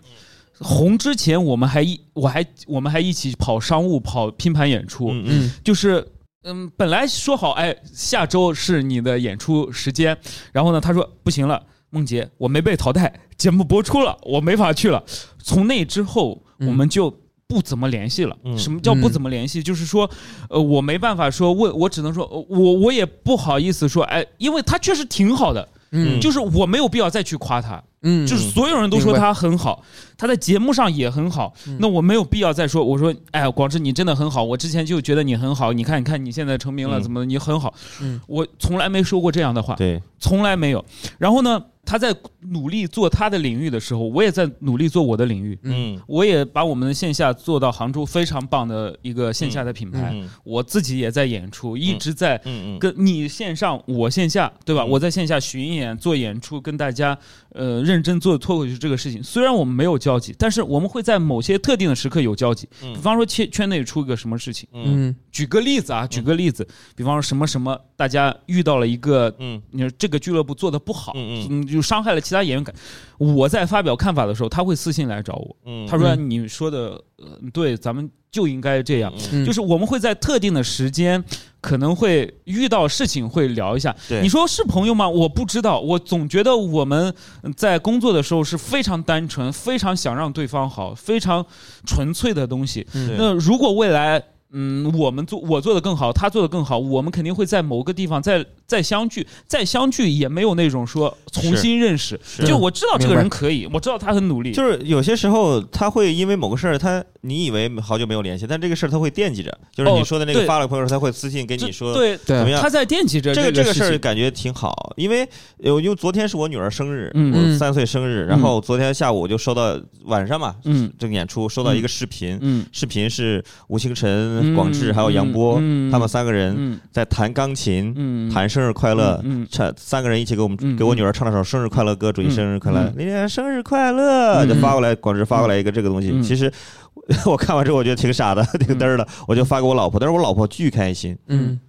[SPEAKER 2] 红之前，我们还一我还我们还一起跑商务、跑拼盘演出，
[SPEAKER 3] 嗯嗯
[SPEAKER 2] 就是嗯，本来说好，哎，下周是你的演出时间，然后呢，他说不行了，梦洁，我没被淘汰，节目播出了，我没法去了。从那之后，我
[SPEAKER 3] 嗯
[SPEAKER 2] 们就不怎么联系了。什么叫不怎么联系？就是说，呃，我没办法说问，我只能说，呃我我也不好意思说，哎，因为他确实挺好的，
[SPEAKER 11] 嗯
[SPEAKER 2] 就是我没有必要再去夸他，
[SPEAKER 11] 嗯
[SPEAKER 2] 就是所有人都说
[SPEAKER 11] 明白嗯
[SPEAKER 2] 他很好，他在节目上也很好，那我没有必要再说，我说，哎，广志你真的很好，我之前就觉得你很好，你看，你看你现在成名了，
[SPEAKER 3] 嗯
[SPEAKER 2] 怎么你很好，
[SPEAKER 11] 嗯
[SPEAKER 2] 我从来没说过这样的话，
[SPEAKER 3] 对，
[SPEAKER 2] 从来没有。然后呢，他在努力做他的领域的时候，我也在努力做我的领域，
[SPEAKER 3] 嗯
[SPEAKER 2] 我也把我们的线下做到杭州非常棒的一个线下的品牌，
[SPEAKER 3] 嗯嗯
[SPEAKER 2] 我自己也在演出，一直在
[SPEAKER 3] 嗯嗯
[SPEAKER 2] 哎
[SPEAKER 3] 嗯
[SPEAKER 2] 跟你线上，我线下，对吧？我在线下巡演、做演出，跟大家呃认真做脱口秀这个事情。虽然我们没有交集，但是我们会在某些特定的时刻有交集。
[SPEAKER 3] 嗯
[SPEAKER 2] 比方说圈圈内出一个什么事情，
[SPEAKER 11] 嗯
[SPEAKER 2] 举个例子啊，举个例子，比方说什么什么，大家遇到了一个，
[SPEAKER 3] 嗯，
[SPEAKER 2] 你说这个俱乐部做的不好，
[SPEAKER 3] 嗯
[SPEAKER 2] 嗯，就伤害了其他演员感。我在发表看法的时候，他会私信来找我，
[SPEAKER 3] 嗯
[SPEAKER 2] 他说哎
[SPEAKER 11] 嗯
[SPEAKER 2] 你说的呃对，咱们就应该这样，
[SPEAKER 11] 嗯
[SPEAKER 2] 就是我们会在特定的时间。可能会遇到事情会聊一下，
[SPEAKER 3] 对
[SPEAKER 2] 你说是朋友吗？我不知道，我总觉得我们在工作的时候是非常单纯，非常想让对方好，非常纯粹的东西。
[SPEAKER 3] 对
[SPEAKER 2] 那如果未来，嗯，我们做我做的更好，他做的更好，我们肯定会在某个地方再再相聚，再相聚也没有那种说重新认识。
[SPEAKER 3] 是
[SPEAKER 2] 就我知道这
[SPEAKER 11] 明
[SPEAKER 2] 个
[SPEAKER 11] 白
[SPEAKER 2] 人可以，我知道他很努力，
[SPEAKER 3] 就是有些时候他会因为某个事儿，他你以为好久没有联系，但这个事儿他会惦记着，就是
[SPEAKER 2] 哦
[SPEAKER 3] 你说的那个
[SPEAKER 2] 对
[SPEAKER 3] 发了朋友圈，他会私信给
[SPEAKER 2] 这
[SPEAKER 3] 你说，
[SPEAKER 2] 对
[SPEAKER 3] 怎
[SPEAKER 11] 对
[SPEAKER 3] 么样？
[SPEAKER 2] 他在惦记着
[SPEAKER 3] 这
[SPEAKER 2] 个
[SPEAKER 3] 个这个事
[SPEAKER 2] 情
[SPEAKER 3] 儿感觉挺好，因为呃，因为昨天是我女儿生日，
[SPEAKER 2] 嗯
[SPEAKER 3] 我三岁生日，然
[SPEAKER 2] 嗯
[SPEAKER 3] 后昨天下午我就收到晚上嘛，
[SPEAKER 2] 嗯
[SPEAKER 3] 这个演出收到一个视频，
[SPEAKER 2] 嗯
[SPEAKER 3] 视频是吴清晨、
[SPEAKER 2] 嗯
[SPEAKER 3] 广志还有杨波、
[SPEAKER 2] 嗯嗯
[SPEAKER 3] 他们三个人
[SPEAKER 2] 嗯
[SPEAKER 3] 在弹钢琴，
[SPEAKER 2] 嗯
[SPEAKER 3] 弹生日快乐，
[SPEAKER 2] 嗯嗯
[SPEAKER 3] 唱三个人一起给我们、
[SPEAKER 2] 嗯
[SPEAKER 3] 给我女儿唱了首生日快乐歌，祝你
[SPEAKER 2] 嗯
[SPEAKER 3] 生日快乐，
[SPEAKER 2] 嗯
[SPEAKER 3] 那天生日快乐，
[SPEAKER 2] 嗯
[SPEAKER 3] 就发过来，广志发过来一个这个东西，
[SPEAKER 2] 嗯
[SPEAKER 3] 其实。我 看完之后我觉得挺傻的， 挺嘚儿的，我就发给我老婆，但是我老婆巨开心，
[SPEAKER 11] 嗯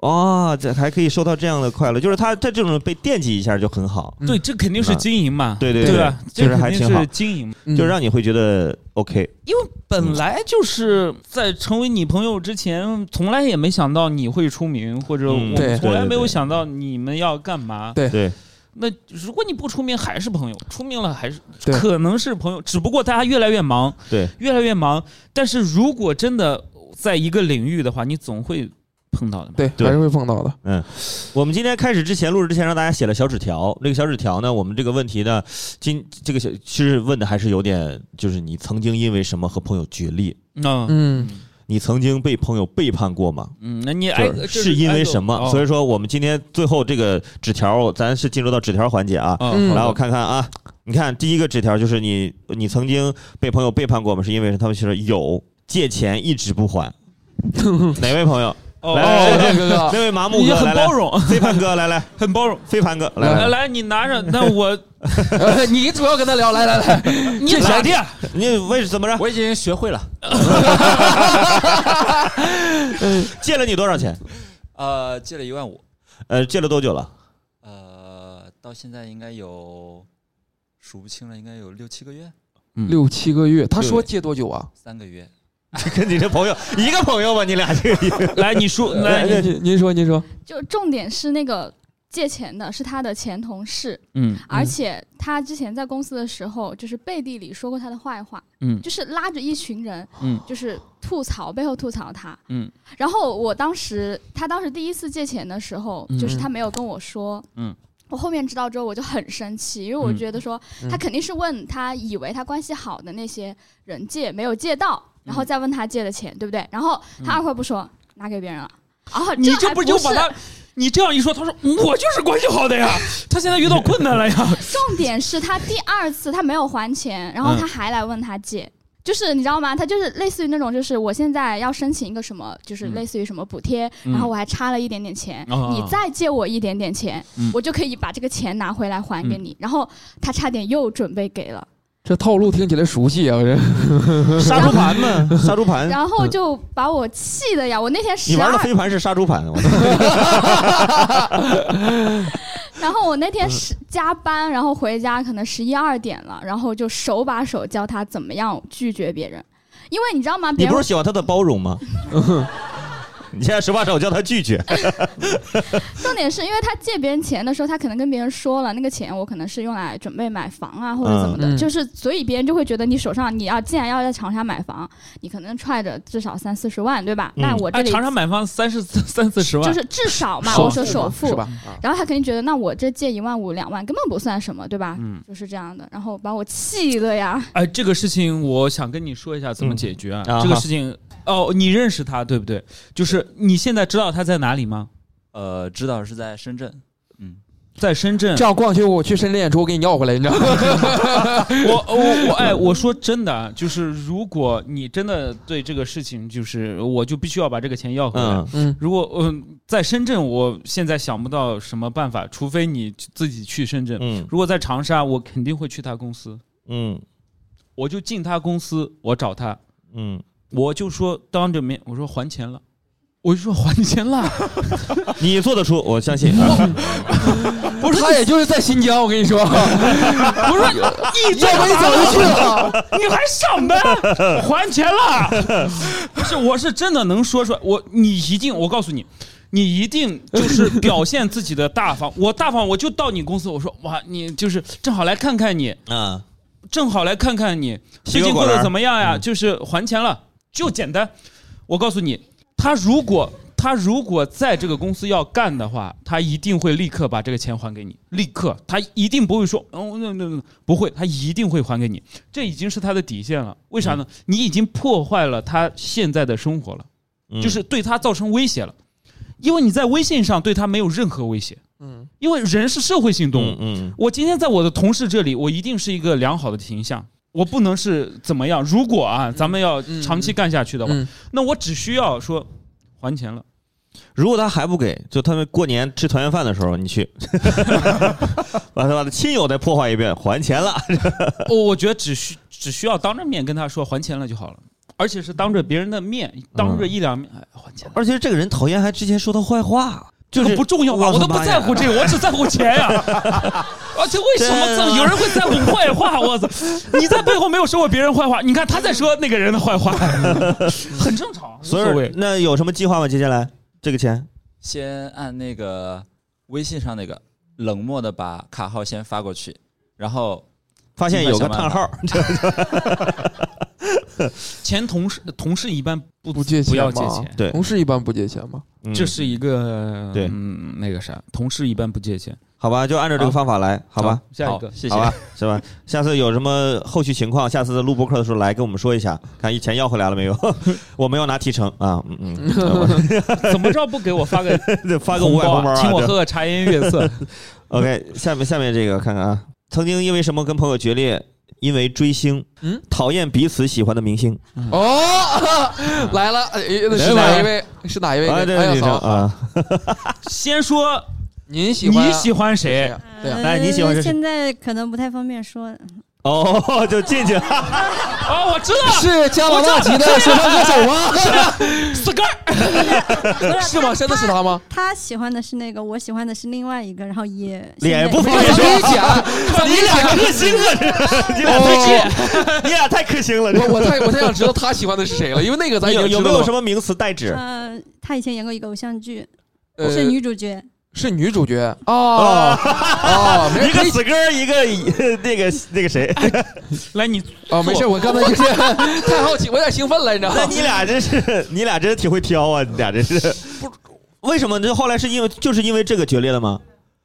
[SPEAKER 3] 哦，这还可以收到这样的快乐，就是他他这种被惦记一下就很好，
[SPEAKER 2] 对，这肯定是经营嘛，
[SPEAKER 3] 对对
[SPEAKER 2] 嗯对啊吧？
[SPEAKER 3] 对就是
[SPEAKER 2] 这
[SPEAKER 3] 还
[SPEAKER 2] 肯定
[SPEAKER 3] 挺好嗯
[SPEAKER 2] 是经营嘛。
[SPEAKER 11] 嗯
[SPEAKER 3] 就让你会觉得 OK。
[SPEAKER 2] 因为本来就是在成为你朋友之前，从来也没想到你会出名，或者
[SPEAKER 3] 嗯
[SPEAKER 2] 我
[SPEAKER 11] 对
[SPEAKER 2] 从来没有
[SPEAKER 3] 对对
[SPEAKER 2] 想到你们要干嘛。
[SPEAKER 11] 对
[SPEAKER 3] 对，
[SPEAKER 2] 那如果你不出名，还是朋友；出名了，还是
[SPEAKER 11] 对
[SPEAKER 2] 可能是朋友，只不过大家越来越忙，
[SPEAKER 3] 对，
[SPEAKER 2] 越来越忙。但是如果真的在一个领域的话，你总会碰到的嘛。
[SPEAKER 11] 对，
[SPEAKER 3] 对
[SPEAKER 11] 还是会碰到的。
[SPEAKER 3] 嗯，我们今天开始之前，录制之前让大家写了小纸条。那个小纸条呢，我们这个问题呢，今这个小其实问的还是有点，就是你曾经因为什么和朋友决裂？
[SPEAKER 2] 嗯
[SPEAKER 11] 嗯
[SPEAKER 3] 你曾经被朋友背叛过吗？
[SPEAKER 2] 嗯，那你
[SPEAKER 3] 就
[SPEAKER 2] 挨哦
[SPEAKER 3] 是是因为什么？所以
[SPEAKER 2] 说
[SPEAKER 3] 说我们今天最后这个纸条，咱是进入到纸条环节啊。
[SPEAKER 2] 嗯
[SPEAKER 3] 来，我看看啊，你看第一个纸条就是你，你曾经被朋友背叛过吗？是因为他们说有借钱一直不 还，哪位朋友？
[SPEAKER 2] 哦
[SPEAKER 3] 来来来
[SPEAKER 2] 哦哥哥
[SPEAKER 3] 那位麻木
[SPEAKER 2] 你
[SPEAKER 3] 哥，
[SPEAKER 2] 很
[SPEAKER 3] 来来
[SPEAKER 2] 包容
[SPEAKER 3] 飞盘哥来来，
[SPEAKER 2] 很包容，
[SPEAKER 3] 飞盘哥来呃
[SPEAKER 2] 来
[SPEAKER 3] 来。
[SPEAKER 2] 来，你拿着，那 我
[SPEAKER 11] 你主要跟他聊，来来 来，
[SPEAKER 2] 你咋地？
[SPEAKER 3] 你为怎么着？
[SPEAKER 10] 我已经学会了。
[SPEAKER 3] 借了你多少钱？
[SPEAKER 10] 呃，借了一万五，
[SPEAKER 3] 呃，借了多久了？
[SPEAKER 10] 呃，到现在应该有数不清了，应该有六七个月，
[SPEAKER 11] 六七个月，他
[SPEAKER 10] 对
[SPEAKER 11] 说借多久啊？
[SPEAKER 10] 三个月。
[SPEAKER 3] 跟你这朋 友一个朋友吧，你俩这个
[SPEAKER 2] 来，你说
[SPEAKER 11] 来，您您说您说，
[SPEAKER 9] 就重点是那个借钱的是他的前同事，
[SPEAKER 2] 嗯
[SPEAKER 9] 而且他之前在公司的时候，就是背地里说过他的坏话，
[SPEAKER 2] 嗯
[SPEAKER 9] 就是拉着一群人，
[SPEAKER 2] 嗯
[SPEAKER 9] 就是吐槽背后吐槽他。
[SPEAKER 2] 嗯
[SPEAKER 9] 然后我当时，他当时第一次借钱的时候，
[SPEAKER 2] 嗯
[SPEAKER 9] 就是他没有跟我说，
[SPEAKER 2] 嗯
[SPEAKER 9] 我后面知道之后，我就很生气，因为我觉得说
[SPEAKER 2] 嗯嗯
[SPEAKER 9] 他肯定是问他以为他关系好的那些人借没有借到，
[SPEAKER 2] 嗯
[SPEAKER 9] 然后再问他借的钱，对不对？然后他二话不说拿给别人了，啊，
[SPEAKER 2] 你
[SPEAKER 9] 这
[SPEAKER 2] 这
[SPEAKER 9] 还
[SPEAKER 2] 不
[SPEAKER 9] 不
[SPEAKER 2] 就把
[SPEAKER 9] 是
[SPEAKER 2] 他，你这样一说，他说我就是关系好的呀，他现在遇到困难了呀。
[SPEAKER 9] 重点是他第二次他没有还钱，然后他还来问他借。就是你知道吗？他就是类似于那种，就是我现在要申请一个什么，就是类似于什么补贴，
[SPEAKER 8] 嗯
[SPEAKER 9] 然后我还差了一点点钱，
[SPEAKER 3] 哦
[SPEAKER 8] 啊
[SPEAKER 9] 你再借我一点点钱，
[SPEAKER 8] 嗯
[SPEAKER 9] 我就可以把这个钱拿回来还给
[SPEAKER 3] 嗯
[SPEAKER 9] 你。然后他差点又准备给了，
[SPEAKER 11] 这套路听起来熟悉啊，这
[SPEAKER 3] 杀猪盘嘛，杀猪盘。
[SPEAKER 9] 然后就把我气的呀！我那天
[SPEAKER 3] 嗯你
[SPEAKER 9] 十
[SPEAKER 3] 玩
[SPEAKER 9] 二
[SPEAKER 3] 的，飞盘是杀猪盘，我 操
[SPEAKER 9] 然后我那
[SPEAKER 3] 嗯
[SPEAKER 9] 天十加班，然后回家可能十一二点了，然后就手把手教他怎么样拒绝别人，因为你知道吗？
[SPEAKER 3] 你
[SPEAKER 9] 别人
[SPEAKER 3] 不是喜欢他的包容吗？ 你现在手把手叫他拒绝，
[SPEAKER 9] 重点是因为他借别人钱的时候，他可能跟别人说了，那个钱我可能是用来准备买房啊，或者怎么的，
[SPEAKER 8] 嗯嗯
[SPEAKER 9] 就是所以别人就会觉得你手上你要既然要在长沙买房，你可能揣着至少三四十万，对吧？那我这
[SPEAKER 2] 哎
[SPEAKER 9] 里
[SPEAKER 2] 长沙买房三十三四十万，
[SPEAKER 9] 就是至少
[SPEAKER 11] 啊
[SPEAKER 9] 嘛，
[SPEAKER 2] 首
[SPEAKER 9] 我
[SPEAKER 2] 付
[SPEAKER 9] 说首
[SPEAKER 2] 嘛
[SPEAKER 9] 付
[SPEAKER 2] 是吧啊，
[SPEAKER 9] 然后他肯定觉得那我这借一万五两万根本不算什么，对吧？
[SPEAKER 2] 嗯
[SPEAKER 9] 就是这样的，然后把我气的呀，
[SPEAKER 2] 哎，这个事情我想跟你说一下怎么解决啊。
[SPEAKER 3] 嗯啊
[SPEAKER 2] 这个事情，哦，你认识他对不对？就是你现在知道他在哪里吗？
[SPEAKER 10] 呃，知道是在深圳，嗯
[SPEAKER 2] 在深圳。
[SPEAKER 11] 这样逛去，我去深圳演出，我给你要回来，你知道 吗？
[SPEAKER 2] 我我我哎，我说真的啊，就是如果你真的对这个事情，就是我就必须要把这个钱要回来
[SPEAKER 3] 嗯。
[SPEAKER 11] 嗯，
[SPEAKER 2] 如果嗯、在深圳，我现在想不到什么办法，除非你自己去深圳。
[SPEAKER 3] 嗯
[SPEAKER 2] 如果在长沙，我肯定会去他公司。
[SPEAKER 3] 嗯，
[SPEAKER 2] 我就进他公司，我找他。
[SPEAKER 3] 嗯，
[SPEAKER 2] 我就说当着面，我说还钱了，我就说还钱了。
[SPEAKER 3] 你做得出，我相 信。
[SPEAKER 11] 不是，他也就是在新疆，我跟你 说，
[SPEAKER 2] 不是你
[SPEAKER 11] 要不你早就去了，
[SPEAKER 2] 你还上 班，还钱了？不是，我是真的能说出来，我你一定，我告诉你。你一定就是表现自己的大方，我大方，我就到你公司，我说哇，你就是正好来看看你，
[SPEAKER 3] 啊，
[SPEAKER 2] 正好来看看你
[SPEAKER 3] 洗
[SPEAKER 2] 最
[SPEAKER 3] 个
[SPEAKER 2] 近
[SPEAKER 3] 果
[SPEAKER 2] 过
[SPEAKER 3] 篮嗯
[SPEAKER 2] 得怎么样呀？就是还钱了，就简单。我告诉你，他如果他如果在这个公司要干的话，他一定会立刻把这个钱还给你，立刻，他一定不会说，哦，那那那不会，他一定会还给你。这已经是他的底线了，为啥呢？
[SPEAKER 3] 嗯
[SPEAKER 2] 你已经破坏了他现在的生活了，
[SPEAKER 3] 嗯
[SPEAKER 2] 就是对他造成威胁了，因为你在微信上对他没有任何威胁。
[SPEAKER 11] 嗯
[SPEAKER 2] 因为人是社会性动物。
[SPEAKER 3] 嗯嗯
[SPEAKER 2] 我今天在我的同事这里，我一定是一个良好的形象，我不能是怎么样。如果
[SPEAKER 3] 嗯
[SPEAKER 2] 啊，咱们要长期干下去的话，那我只需要说还钱了。
[SPEAKER 3] 如果他还不给，就他们过年吃团圆饭的时候，你去， 把他把他亲友再破坏一遍，还钱了。
[SPEAKER 2] 我我觉得只需只需要当着面跟他说还钱了就好了，而且是当着别人的面，当着一两
[SPEAKER 3] 嗯
[SPEAKER 2] 面、哎还钱了。
[SPEAKER 3] 而且这个人讨厌，还之前说他坏话，就是
[SPEAKER 2] 不重要啊吧？我都不在乎这个，我只在乎 钱呀、而且为什么这有人会在乎坏话？我操！你在背后没有说过别人坏话，你看他在说那个人的坏 话，很正常，无
[SPEAKER 3] 所
[SPEAKER 2] 所谓
[SPEAKER 3] 以。那有什么计划吗？接下来这个钱，
[SPEAKER 10] 先按那个微信上那个冷漠的把卡号先发过去，然后
[SPEAKER 3] 发现有个
[SPEAKER 10] 尽快想办法
[SPEAKER 3] 叹号，
[SPEAKER 2] 前同事同事一般不
[SPEAKER 11] 不借钱
[SPEAKER 2] 不要
[SPEAKER 11] 吗
[SPEAKER 2] 借 钱，
[SPEAKER 11] 同事一般不借钱吗？
[SPEAKER 2] 这是一个
[SPEAKER 3] 对
[SPEAKER 2] 嗯那个啥，同事一般不借钱。
[SPEAKER 3] 好吧，就按照这个方法来，好吧
[SPEAKER 2] 好，下一个
[SPEAKER 3] 好
[SPEAKER 2] 谢谢
[SPEAKER 3] 好 吧，是吧？下次有什么后续情况，下次录播客的时候来跟我们说一下，看以前要回来了没有？ 我没有拿提成啊，嗯嗯，
[SPEAKER 2] 怎么着不给我 发个
[SPEAKER 3] 对 发个五百红包啊，
[SPEAKER 2] 请我
[SPEAKER 3] 对
[SPEAKER 2] 喝个茶颜悦 色。
[SPEAKER 3] OK，下面下面这个看看啊，曾经因为什么跟朋友决裂？因为追星，
[SPEAKER 11] 嗯，
[SPEAKER 3] 讨厌彼此喜欢的明星。
[SPEAKER 11] 哦， 来了，哎是哪一位？是哪一位？
[SPEAKER 3] 啊，这
[SPEAKER 11] 哎
[SPEAKER 3] 个
[SPEAKER 11] 呀
[SPEAKER 3] 女生
[SPEAKER 11] 好
[SPEAKER 3] 啊，
[SPEAKER 2] 先说
[SPEAKER 11] 您喜欢啊
[SPEAKER 2] 你喜欢啊谁？
[SPEAKER 11] 对啊
[SPEAKER 3] 哎，你喜欢这
[SPEAKER 7] 呃现在可能不太方便说。
[SPEAKER 3] 哦，就进去了。
[SPEAKER 2] 哦，我知 道
[SPEAKER 11] 是加拿大籍的说唱歌手吗？
[SPEAKER 2] 是个
[SPEAKER 7] 不 是
[SPEAKER 11] 是吗？真的是 他吗？
[SPEAKER 7] 他喜欢的是那个，我喜欢的是另外一个，然后也
[SPEAKER 3] 脸不
[SPEAKER 7] 现在
[SPEAKER 3] 方便
[SPEAKER 11] 我
[SPEAKER 3] 说
[SPEAKER 11] 跟
[SPEAKER 3] 你
[SPEAKER 11] 你讲，
[SPEAKER 3] 俩克星啊！这你俩太克，你俩太克星了。这
[SPEAKER 11] 我我太我太想知道他喜欢的是谁了，因为那个咱已
[SPEAKER 3] 有
[SPEAKER 11] 经
[SPEAKER 3] 有
[SPEAKER 11] 知
[SPEAKER 3] 没
[SPEAKER 11] 道
[SPEAKER 3] 有
[SPEAKER 11] 了
[SPEAKER 3] 什么名词代指？
[SPEAKER 7] 呃，他以前演过一个偶像剧，
[SPEAKER 11] 呃
[SPEAKER 7] 是女主角。
[SPEAKER 11] 是女主角哦哦，没
[SPEAKER 3] 一
[SPEAKER 11] 事
[SPEAKER 3] 个
[SPEAKER 11] 可以
[SPEAKER 3] 死哥，一个那个那个谁？
[SPEAKER 2] 来你
[SPEAKER 11] 啊，没事，我刚才就是太好奇，我有点兴奋了，你知道吗
[SPEAKER 3] 那？你俩真是，你俩真是挺会挑啊！你俩真是，不为什么？这后来是因为就是因为这个决裂了吗？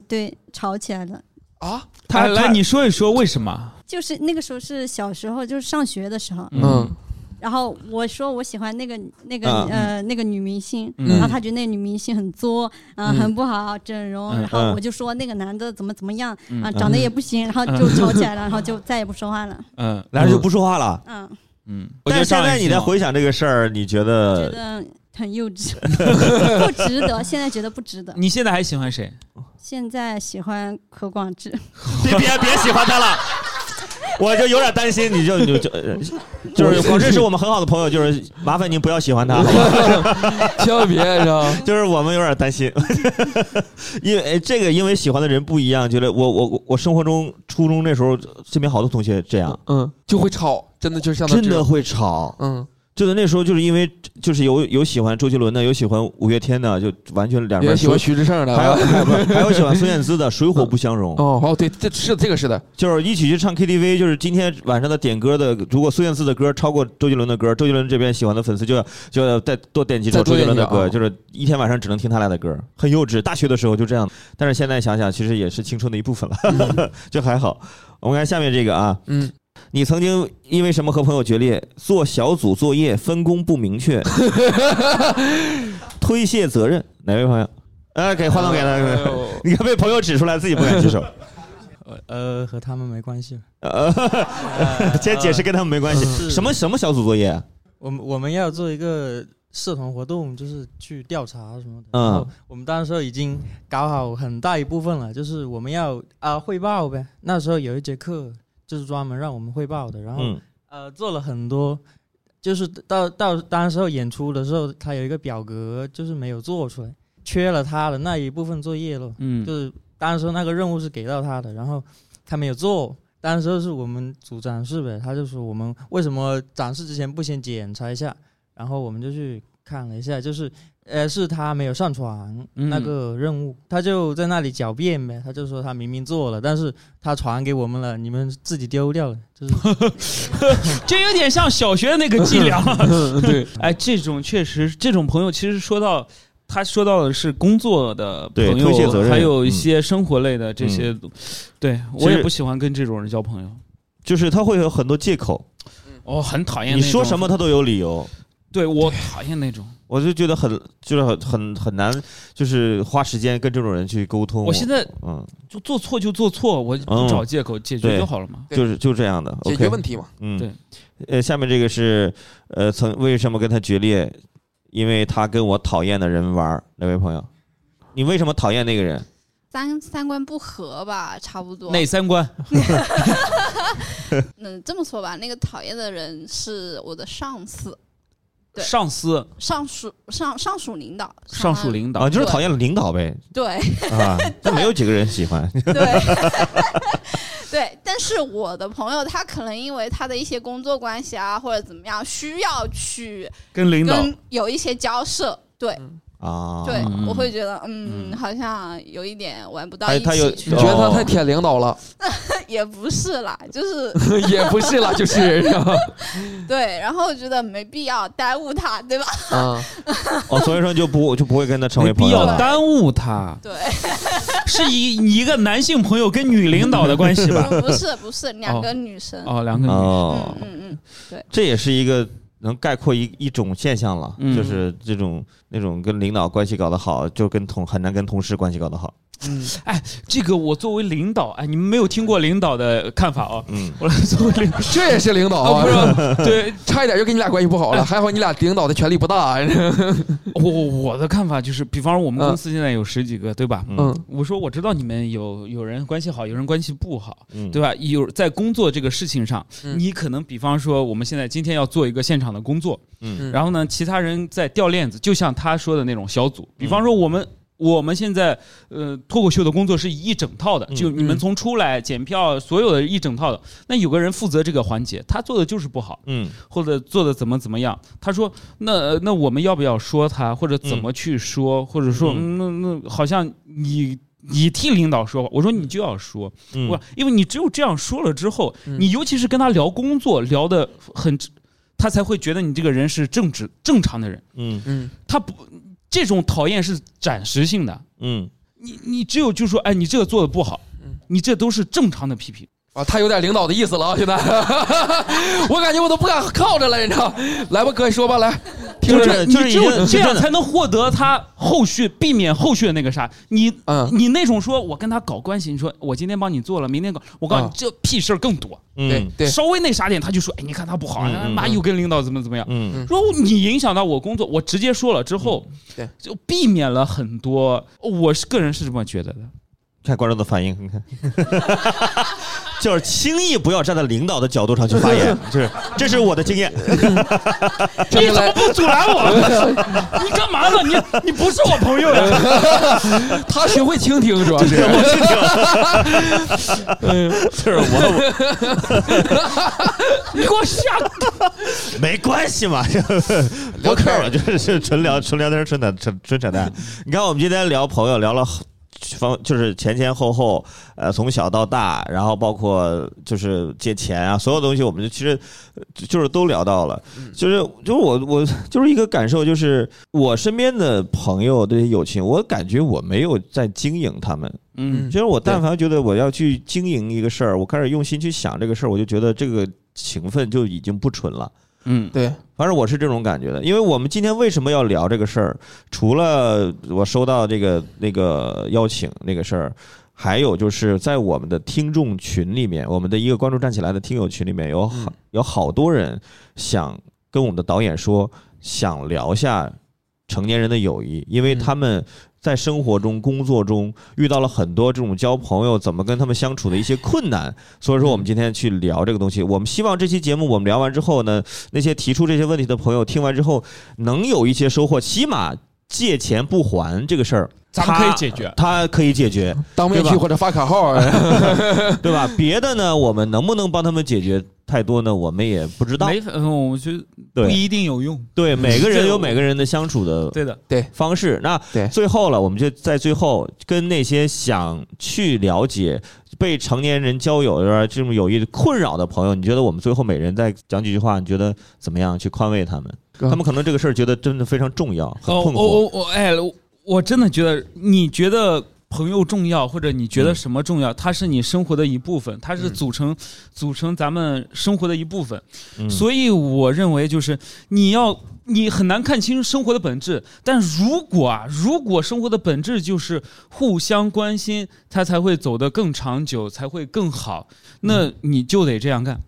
[SPEAKER 7] 对，吵起来了。
[SPEAKER 11] 啊，
[SPEAKER 2] 他来你说一说为什么？
[SPEAKER 7] 就是那个时候是小时候，就是上学的时候。
[SPEAKER 2] 嗯。
[SPEAKER 7] 然后我说我喜欢那个那个、
[SPEAKER 2] 啊
[SPEAKER 7] 呃那个女明星，
[SPEAKER 2] 嗯
[SPEAKER 7] 然后他觉得那个女明星很作，啊、
[SPEAKER 2] 嗯
[SPEAKER 7] 很不好整容，
[SPEAKER 2] 嗯
[SPEAKER 7] 然后
[SPEAKER 2] 嗯
[SPEAKER 7] 我就说那个男的怎么怎么样，
[SPEAKER 2] 嗯
[SPEAKER 7] 啊
[SPEAKER 2] 嗯
[SPEAKER 7] 长得也不行，然后就
[SPEAKER 2] 嗯
[SPEAKER 7] 吵起 来了，然后就再也不说话了。
[SPEAKER 2] 嗯，
[SPEAKER 3] 俩人就不说话了。
[SPEAKER 7] 嗯，
[SPEAKER 2] 嗯，
[SPEAKER 3] 但是现在你再回想这个事儿，你觉
[SPEAKER 2] 呃
[SPEAKER 3] 得
[SPEAKER 7] 觉得很幼稚， 不值得。现在觉得不值得。
[SPEAKER 2] 你现在还喜欢谁？
[SPEAKER 7] 现在喜欢何广智，
[SPEAKER 3] 别别别喜欢他了。 我就有点担心，你就你就呃就是广志是我们很好的朋友，就是麻烦您不要喜欢他，好 吧？
[SPEAKER 11] 千万别是吧？
[SPEAKER 3] 就是我们有点担心， 因为哎这个因为喜欢的人不一样，觉得我我我我生活中初中那时候身边好多同学这样，
[SPEAKER 11] 嗯，就会吵，真的就是像他
[SPEAKER 3] 真
[SPEAKER 11] 这
[SPEAKER 3] 的
[SPEAKER 11] 种
[SPEAKER 3] 会吵，
[SPEAKER 11] 嗯，
[SPEAKER 3] 就是那时候就是因为就是有有喜欢周杰伦的，有喜欢五月天的，就完全两边
[SPEAKER 11] 也喜欢徐志胜的啊
[SPEAKER 3] 还有还有不还有喜欢孙燕姿的，水火不相容。
[SPEAKER 11] 哦哦，对，这是这个是的，
[SPEAKER 3] 就是一起去唱 KTV，就是今天晚上的点歌的，如果孙燕姿的歌超过周杰伦的歌，周杰伦这边喜欢的粉丝就要就要再多点几首
[SPEAKER 11] 再
[SPEAKER 3] 周
[SPEAKER 11] 多
[SPEAKER 3] 杰
[SPEAKER 11] 点
[SPEAKER 3] 伦的
[SPEAKER 11] 几首
[SPEAKER 3] 歌，
[SPEAKER 11] 啊
[SPEAKER 3] 就是一天晚上只能听他俩的歌，很幼稚。大学的时候就这样，但是现在想想，其实也是青春的一部分了， 就还好。我们看下面这个啊，
[SPEAKER 11] 嗯。
[SPEAKER 3] 你曾经因为什么和朋友决裂？做小组作业分工不明 确，推卸责任，哪位朋友？哎，给话筒给他，给他 你看被朋友指出来，自己不敢举手。
[SPEAKER 12] 呃，和他们没关系。呃
[SPEAKER 3] 呃， 先解释跟他们没关系。
[SPEAKER 12] 是
[SPEAKER 3] 什么什么小组作业啊？
[SPEAKER 12] 我们我们要做一个社团活动，就是去调查什么的。
[SPEAKER 3] 嗯
[SPEAKER 12] 然后我们当时已经搞好很大一部分了，就是我们要啊、汇报呗。 那时候有一节课就是专门让我们汇报的，然后、
[SPEAKER 3] 嗯
[SPEAKER 12] 呃做了很多。就是到到当时候演出的时候，他有一个表格就是没有做出来，缺了他的那一部分作业了。
[SPEAKER 2] 嗯
[SPEAKER 12] 就是当时候那个任务是给到他的，然后他没有做。当时候是我们组展示呗，他就说我们为什么展示之前不先检查一下，然后我们就去看了一下，就是呃是他没有上传
[SPEAKER 2] 嗯
[SPEAKER 12] 那个任务，他就在那里狡辩呗，他就说他明明做了，但是他传给我们了，你们自己丢掉了，就是。
[SPEAKER 2] 这有点像小学那个伎 俩
[SPEAKER 12] 对，
[SPEAKER 2] 哎，这种确实，这种朋友其实说到。他说到的是工作的朋
[SPEAKER 3] 对推卸责
[SPEAKER 2] 友，
[SPEAKER 3] 任嗯
[SPEAKER 2] 还有一些生活类的这些，对我
[SPEAKER 3] 其
[SPEAKER 2] 也
[SPEAKER 3] 实
[SPEAKER 2] 不喜欢跟这种人交朋友。
[SPEAKER 3] 就是他会有很多借口，
[SPEAKER 2] 我很讨厌
[SPEAKER 3] 你
[SPEAKER 2] 哎那
[SPEAKER 3] 说
[SPEAKER 2] 种
[SPEAKER 3] 什么他都有理由。
[SPEAKER 2] 对我讨厌那种。
[SPEAKER 3] 我就觉得很就是很很很难，就是花时间跟这种人去沟通。
[SPEAKER 2] 我现在
[SPEAKER 3] 嗯，
[SPEAKER 2] 就做错就做错，我
[SPEAKER 3] 嗯
[SPEAKER 2] 不找借口解决
[SPEAKER 3] 对
[SPEAKER 2] 就好了嘛。
[SPEAKER 3] 就是就是这样的，
[SPEAKER 11] 解
[SPEAKER 3] OK
[SPEAKER 11] 决问题嘛
[SPEAKER 3] 嗯，
[SPEAKER 2] 对。
[SPEAKER 3] 呃，下面这个是呃，曾为什么跟他决裂？因为他跟我讨厌的人玩儿。哪位朋友？你为什么讨厌那个人？
[SPEAKER 13] 三三观不合吧，差不多。
[SPEAKER 2] 内三观？
[SPEAKER 13] 嗯，这么说吧，那个讨厌的人是我的上司，对，
[SPEAKER 2] 上司、
[SPEAKER 13] 上属上上属领导，
[SPEAKER 2] 上属领导
[SPEAKER 3] 啊，就是讨厌领导呗。
[SPEAKER 13] 对
[SPEAKER 3] 啊，那没有几个人喜欢。
[SPEAKER 13] 对。但是我的朋友他可能因为他的一些工作关系啊，或者怎么样，需要去
[SPEAKER 2] 跟领导
[SPEAKER 13] 跟有一些交涉，对。
[SPEAKER 3] 啊
[SPEAKER 13] 对，我会嗯觉得，嗯，好像有一点玩不到
[SPEAKER 3] 嗯他
[SPEAKER 13] 一
[SPEAKER 3] 他有，哦
[SPEAKER 13] 起去。
[SPEAKER 11] 你觉得他太舔领导了？
[SPEAKER 13] 也不是啦，就是
[SPEAKER 11] 也不是啦，就是 是吧
[SPEAKER 13] 对，然后我觉得没必要耽误他，对吧？
[SPEAKER 3] 啊，哦，所以说就不就不会跟他成为
[SPEAKER 2] 没
[SPEAKER 3] 朋
[SPEAKER 2] 必
[SPEAKER 3] 友
[SPEAKER 2] 要
[SPEAKER 3] 了。
[SPEAKER 2] 耽误他，
[SPEAKER 13] 对，
[SPEAKER 2] 是以你一个男性朋友跟女领导的关系 吧？
[SPEAKER 13] 不是不是，两个女生。
[SPEAKER 2] 哦，两个女
[SPEAKER 3] 哦，
[SPEAKER 13] 嗯嗯，对，
[SPEAKER 3] 这也是一个能概括一一种现象了，
[SPEAKER 2] 嗯
[SPEAKER 3] 就是这种那种跟领导关系搞得好，就跟同很难跟同事关系搞得好。
[SPEAKER 2] 嗯，哎，这个我作为领导，哎，你们没有听过领导的看法哦。
[SPEAKER 3] 嗯，
[SPEAKER 2] 我来作为领，
[SPEAKER 11] 这也是领导
[SPEAKER 2] 啊，
[SPEAKER 11] 啊
[SPEAKER 2] 不是，对，
[SPEAKER 11] 差一点就跟你俩关系不好了，还好你俩领导的权力不大。
[SPEAKER 2] 我我的看法就是，比方说我们公司现在有十几个，对吧？
[SPEAKER 11] 嗯，
[SPEAKER 2] 我说我知道你们有有人关系好，有人关系不好，
[SPEAKER 3] 嗯
[SPEAKER 2] 对吧？有在工作这个事情上，你可能比方说我们现在今天要做一个现场的工作，
[SPEAKER 3] 嗯
[SPEAKER 2] 然后呢，其他人在掉链子，就像他说的那种小组，比方说我们。我们现在，呃，脱口秀的工作是一整套的，
[SPEAKER 3] 嗯
[SPEAKER 2] 就你们从出来检票，所有的一整套的。那有个人负责这个环节，他做的就是不好，
[SPEAKER 3] 嗯，
[SPEAKER 2] 或者做的怎么怎么样。他说，那呃那我们要不要说他，或者怎么去说，或者说，
[SPEAKER 3] 嗯
[SPEAKER 2] 嗯那那好像你你替领导说话，我说你就要说，
[SPEAKER 3] 嗯
[SPEAKER 2] 我因为你只有这样说了之后，你尤其是跟他聊工作，聊的很，他才会觉得你这个人是正直正常的人。
[SPEAKER 3] 嗯
[SPEAKER 11] 嗯，
[SPEAKER 2] 他不这种讨厌是暂时性的，
[SPEAKER 3] 嗯，
[SPEAKER 2] 你你只有就说，哎，你这个做的不好，你这都是正常的批评。
[SPEAKER 11] 啊，他有点领导的意思了啊！现在， 我感觉我都不敢靠着了，你知道？来吧，哥，你说吧，来，听
[SPEAKER 2] 就
[SPEAKER 11] 着，
[SPEAKER 2] 是
[SPEAKER 11] 你
[SPEAKER 2] 你
[SPEAKER 11] 只
[SPEAKER 2] 只
[SPEAKER 11] 有
[SPEAKER 2] 有
[SPEAKER 11] 这
[SPEAKER 2] 这
[SPEAKER 11] 样
[SPEAKER 2] 样
[SPEAKER 11] 才
[SPEAKER 2] 才能获得他后续避免后续的那个啥。你
[SPEAKER 11] 嗯
[SPEAKER 2] 你那种说我跟他搞关系，你说我今天帮你做了，明天搞，我告诉你
[SPEAKER 11] 嗯
[SPEAKER 2] 这屁事儿更多。
[SPEAKER 3] 嗯对
[SPEAKER 11] 对
[SPEAKER 2] 稍微那啥点他就说，哎，你看他不好，
[SPEAKER 3] 嗯
[SPEAKER 2] 啊
[SPEAKER 3] 嗯
[SPEAKER 2] 妈
[SPEAKER 3] 嗯
[SPEAKER 2] 又跟领导怎么怎么样。
[SPEAKER 3] 嗯
[SPEAKER 2] 说你影响到我工作，我直接说了之后，
[SPEAKER 11] 对，
[SPEAKER 2] 就避免了很多。我是个人是这么觉得的。
[SPEAKER 3] 看观众的反应，你看， 就是轻易不要站在领导的角度上去发 言，就是这是我的经 验。
[SPEAKER 2] 你怎么不阻拦 我？你干嘛呢？你你不是我朋友呀？
[SPEAKER 11] 他学会倾听是吧？
[SPEAKER 2] 对我倾
[SPEAKER 11] 听，
[SPEAKER 3] 是我
[SPEAKER 2] 你给我下
[SPEAKER 3] 没关系嘛， 聊嗑儿嘛，就是是纯聊纯聊天儿纯扯纯纯扯 淡。你看我们今天聊朋友聊了好。方就是前前后后，呃，从小到大，然后包括就是借钱啊，所有东西，我们就其实呃就是都聊到了。就是就是我我就是一个感受，就是我身边的朋友这些友情，我感觉我没有在经营他们。
[SPEAKER 2] 嗯
[SPEAKER 3] 就是我但凡觉得我要去经营一个事儿，我开始用心去想这个事儿，我就觉得这个情分就已经不纯了。
[SPEAKER 2] 嗯，
[SPEAKER 11] 对，
[SPEAKER 3] 反正我是这种感觉的，因为我们今天为什么要聊这个事儿？除了我收到这个那个邀请那个事儿，还有就是在我们的听众群里面，我们的一个关注站起来的听友群里面，有好有好多人想跟我们的导演说，想聊下成年人的友谊，因为他们在生活中、工作中遇到了很多这种交朋友、怎么跟他们相处的一些困难，所以说我们今天去聊这个东西。我们希望这期节目我们聊完之后呢，那些提出这些问题的朋友听完之后能有一些收获，起码借钱不还这个事儿，
[SPEAKER 2] 咱们可以解决
[SPEAKER 3] 他可以解 决，
[SPEAKER 11] 当面
[SPEAKER 3] 对吧
[SPEAKER 11] 去或者发卡号啊，
[SPEAKER 3] 对吧？别的呢，我们能不能帮他们解决太多呢？我们也不知道。
[SPEAKER 2] 没，嗯，我觉得
[SPEAKER 3] 对
[SPEAKER 2] 不一定有用。
[SPEAKER 3] 对，每个人有每
[SPEAKER 2] 人。
[SPEAKER 3] 个人的相处的
[SPEAKER 2] 对的
[SPEAKER 11] 对
[SPEAKER 3] 方式。那最后了，我们就在最后跟那些想去了解被成年人交友的这种友谊困扰的朋友，你觉得我们最后每人再讲几句话，你觉得怎么样去宽慰他们？他们可能这个事儿觉得真的非常重要，很
[SPEAKER 2] 哦，
[SPEAKER 3] 困惑。
[SPEAKER 2] 我我我哎，我我真的觉得，你觉得朋友重要，或者你
[SPEAKER 3] 嗯
[SPEAKER 2] 觉得什么重要？它是你生活的一部分，它是组成、组成咱们生活的一部分。
[SPEAKER 3] 嗯
[SPEAKER 2] 所以我认为，就是你要你很难看清生活的本质，但如果啊，如果生活的本质就是互相关心，它才会走得更长久，才会更好。
[SPEAKER 3] 嗯
[SPEAKER 2] 那你就得这样干。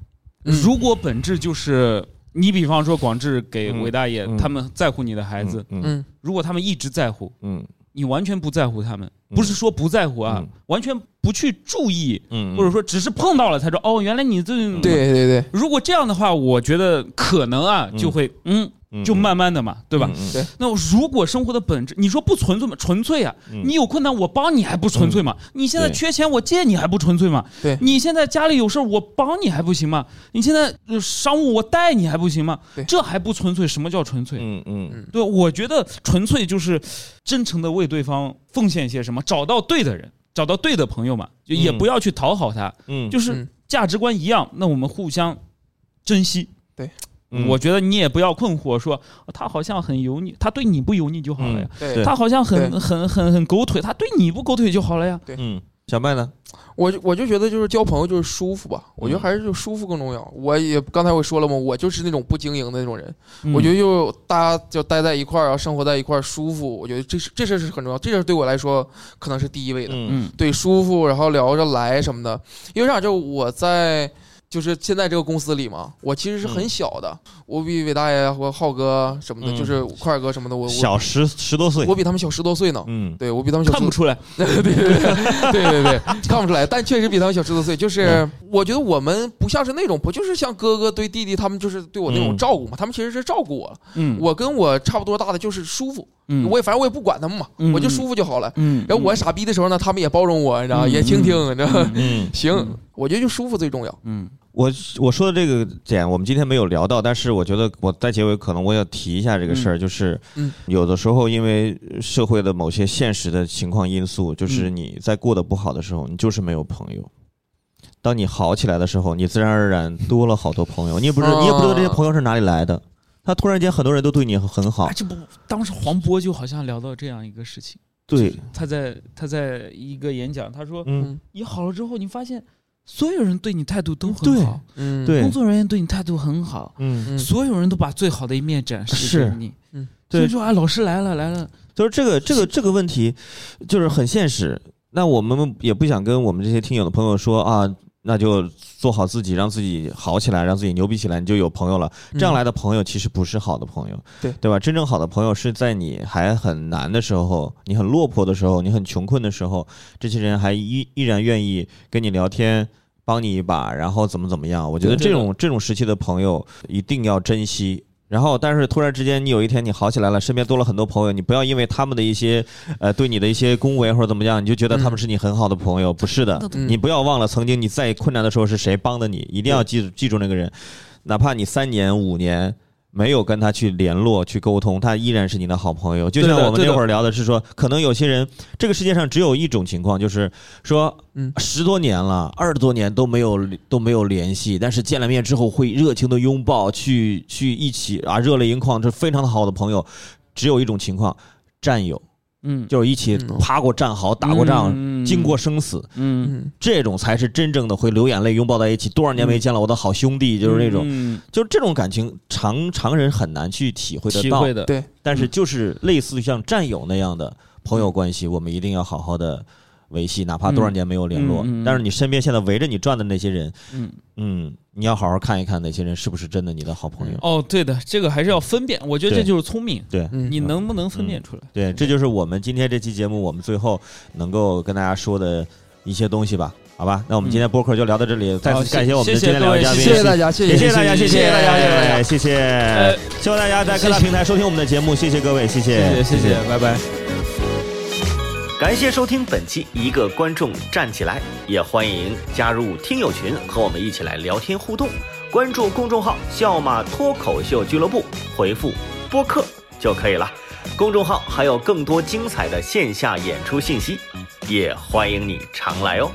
[SPEAKER 11] 嗯
[SPEAKER 2] 如果本质就是你，比方说广志给
[SPEAKER 3] 嗯
[SPEAKER 2] 韦大爷、
[SPEAKER 3] 嗯
[SPEAKER 2] 他们在乎你的孩子，
[SPEAKER 3] 嗯嗯
[SPEAKER 2] 如果他们一直在乎，
[SPEAKER 3] 嗯，
[SPEAKER 2] 你完全不在乎他们，不是说不在乎啊，完全不去注意，
[SPEAKER 3] 嗯嗯
[SPEAKER 2] 或者说只是碰到了才说哦，原来你这
[SPEAKER 11] 对对对。
[SPEAKER 2] 如果这样的话，我觉得可能啊就会嗯。
[SPEAKER 3] 嗯
[SPEAKER 2] 就慢慢的嘛，对吧
[SPEAKER 3] 嗯嗯对？
[SPEAKER 2] 那如果生活的本质，你说不纯粹吗？纯粹啊！你有困难我帮你还不纯粹吗？你现在
[SPEAKER 3] 嗯对
[SPEAKER 2] 缺钱我借你还不纯粹吗？
[SPEAKER 11] 对，
[SPEAKER 2] 你现在家里有事儿我帮你还不行吗？你现在呃商务我带你还不行吗？这还不纯粹？什么叫纯粹？
[SPEAKER 3] 嗯嗯，
[SPEAKER 2] 对，我觉得纯粹就是真诚的为对方奉献些什么，找到对的人，找到对的朋友嘛，就也不要去讨好他，
[SPEAKER 3] 嗯
[SPEAKER 2] 就是价值观一样，那我们互相珍惜。
[SPEAKER 11] 对，
[SPEAKER 3] 嗯
[SPEAKER 2] 我觉得你也不要困惑说哦他好像很油腻，他对你不油腻就好了呀
[SPEAKER 11] 嗯对，
[SPEAKER 2] 他好像很
[SPEAKER 11] 对
[SPEAKER 2] 很很很狗腿，他对你不狗腿就好了呀。
[SPEAKER 11] 对，
[SPEAKER 3] 嗯，小麦呢？
[SPEAKER 11] 我就我就觉得就是交朋友就是舒服吧，我觉得还是就舒服更重要。我也刚才我说了嘛，我就是那种不经营的那种人，
[SPEAKER 2] 嗯
[SPEAKER 11] 我觉得就大家就待在一块儿啊，生活在一块儿舒服，我觉得这是这事儿是很重要，这事儿对我来说可能是第一位的。
[SPEAKER 2] 嗯
[SPEAKER 11] 对，舒服，然后聊着来什么的。因为啥？就我在就是现在这个公司里嘛，我其实是很小的，我比伟大爷和浩哥什么的，
[SPEAKER 3] 嗯
[SPEAKER 11] 就是块儿哥什么的，我我
[SPEAKER 3] 小十十多岁，
[SPEAKER 11] 我比他们小十多岁呢。
[SPEAKER 3] 嗯，
[SPEAKER 11] 对我比他们小
[SPEAKER 2] 看不出来，
[SPEAKER 11] 对对对对对对，看不出来，但确实比他们小十多岁。就是我觉得我们不像是那种，不就是像哥哥对弟弟他们就是对我那种
[SPEAKER 3] 嗯
[SPEAKER 11] 照顾嘛，他们其实是照顾我。
[SPEAKER 2] 嗯
[SPEAKER 11] 我跟我差不多大的就是舒服，
[SPEAKER 2] 嗯
[SPEAKER 11] 我也反正我也不管他们嘛，
[SPEAKER 2] 嗯
[SPEAKER 11] 我就舒服就好了。
[SPEAKER 2] 嗯
[SPEAKER 11] 然后我傻逼的时候呢，他们也包容我，你知道吗，
[SPEAKER 3] 嗯
[SPEAKER 11] 也倾听，你知道吗，
[SPEAKER 3] 嗯
[SPEAKER 11] 行，我觉得就舒服最重要。
[SPEAKER 2] 嗯，
[SPEAKER 3] 我我说的这个点，我们今天没有聊到，但是我觉得我在结尾可能我要提一下这个事儿，
[SPEAKER 11] 嗯
[SPEAKER 3] 就是
[SPEAKER 11] 嗯
[SPEAKER 3] 有的时候因为社会的某些现实的情况因素，就是
[SPEAKER 11] 嗯
[SPEAKER 3] 你在过得不好的时候，你就是没有朋友。当你好起来的时候，你自然而然多了好多朋友，你也不知你也不知道这些朋友是哪里来的。他突然间很多人都对你很好
[SPEAKER 2] 哎，，这不，当时黄渤就好像聊到这样一个事情，
[SPEAKER 3] 对，
[SPEAKER 2] 他在他在一个演讲，他说，
[SPEAKER 3] 嗯，
[SPEAKER 2] 你好了之后，你发现所有人对你态度都很好，
[SPEAKER 11] 嗯
[SPEAKER 3] 对
[SPEAKER 2] 工作人员对你态度很好，
[SPEAKER 3] 嗯
[SPEAKER 2] 所有人都把最好的一面展示
[SPEAKER 3] 是
[SPEAKER 2] 给你，
[SPEAKER 11] 嗯，
[SPEAKER 2] 所
[SPEAKER 3] 对
[SPEAKER 2] 以说啊，老师来了来了，
[SPEAKER 3] 就是这个这个这个问题，就是很现实。那我们也不想跟我们这些听友的朋友说啊，那就做好自己，让自己好起来，让自己牛逼起来，你就有朋友了。这样来的朋友其实不是好的朋友，
[SPEAKER 11] 嗯对
[SPEAKER 3] 对吧？真正好的朋友是在你还很难的时候，你很落魄的时候，你很穷困的时候，这些人还依依然愿意跟你聊天。帮你一把，然后怎么怎么样？我觉得
[SPEAKER 11] 对对
[SPEAKER 3] 这
[SPEAKER 11] 对
[SPEAKER 3] 种这种时期的朋友一定要珍惜。然后，但是突然之间，你有一天你好起来了，身边多了很多朋友，你不要因为他们的一些，呃，对你的一些恭维或者怎么样，你就觉得
[SPEAKER 11] 嗯
[SPEAKER 3] 他们是你很好的朋友，不是的
[SPEAKER 2] 那，嗯
[SPEAKER 3] 你不要忘了曾经你在困难的时候是谁帮的你，一定要记住记住那个人，哪怕你三年五年没有跟他去联络去沟通，他依然是你的好朋友。就像
[SPEAKER 11] 对的
[SPEAKER 3] 我们
[SPEAKER 11] 对
[SPEAKER 3] 那
[SPEAKER 11] 的
[SPEAKER 3] 会儿聊的是说，可能有些人，这个世界上只有一种情况，就是说，
[SPEAKER 11] 嗯
[SPEAKER 3] 十多年了，二十多年都没有都没有联系，但是见了面之后会热情的拥抱，去去一起啊，热泪盈眶，这非常好的朋友。只有一种情况，战友。
[SPEAKER 2] 嗯，
[SPEAKER 3] 就是一起趴过战壕、打过仗、
[SPEAKER 2] 嗯
[SPEAKER 3] 经过生死，
[SPEAKER 2] 嗯，
[SPEAKER 3] 这种才是真正的会流眼泪拥抱在一起。多少年没见了我的好兄弟，就是那种，
[SPEAKER 2] 嗯
[SPEAKER 3] 就是这种感情，常常人很难去体会得
[SPEAKER 2] 体
[SPEAKER 3] 到。
[SPEAKER 2] 会嗯的对，
[SPEAKER 3] 但是就是类似于像战友那样的朋友关系，我们一定要好好的维系，哪怕多少年没有联络。
[SPEAKER 2] 嗯嗯嗯
[SPEAKER 3] 但是你身边现在围着你转的那些人，
[SPEAKER 2] 嗯
[SPEAKER 3] 嗯，你要好好看一看哪些人是不是真的你的好朋友。
[SPEAKER 2] 哦，对的，这个还是要分辨，我觉得
[SPEAKER 3] 对
[SPEAKER 2] 这就是聪明，
[SPEAKER 3] 对嗯
[SPEAKER 2] 你能不能分辨出来？
[SPEAKER 3] 对，这就是我们今天这期节目，我们最后能够跟大家说的一些东西吧。好吧，那我们今天播客就聊到这里，再
[SPEAKER 2] 嗯好
[SPEAKER 3] 次感谢我们的
[SPEAKER 2] 谢谢
[SPEAKER 3] 今天两位
[SPEAKER 2] 各
[SPEAKER 3] 嘉
[SPEAKER 2] 位
[SPEAKER 3] 宾，
[SPEAKER 2] 谢谢大家谢谢
[SPEAKER 3] 也谢谢大家，谢
[SPEAKER 2] 谢谢
[SPEAKER 3] 谢大家，
[SPEAKER 2] 谢谢大家
[SPEAKER 3] 谢谢
[SPEAKER 2] 呃，
[SPEAKER 3] 希望大家在各大
[SPEAKER 2] 谢谢
[SPEAKER 3] 平台收听我们的节目，谢谢各位，谢谢，
[SPEAKER 2] 谢谢谢谢拜拜。
[SPEAKER 1] 感谢收听本期《一个观众站起来》，也欢迎加入听友群和我们一起来聊天互动。关注公众号“笑马脱口秀俱乐部”，回复“播客”就可以了。公众号还有更多精彩的线下演出信息，也欢迎你常来哦。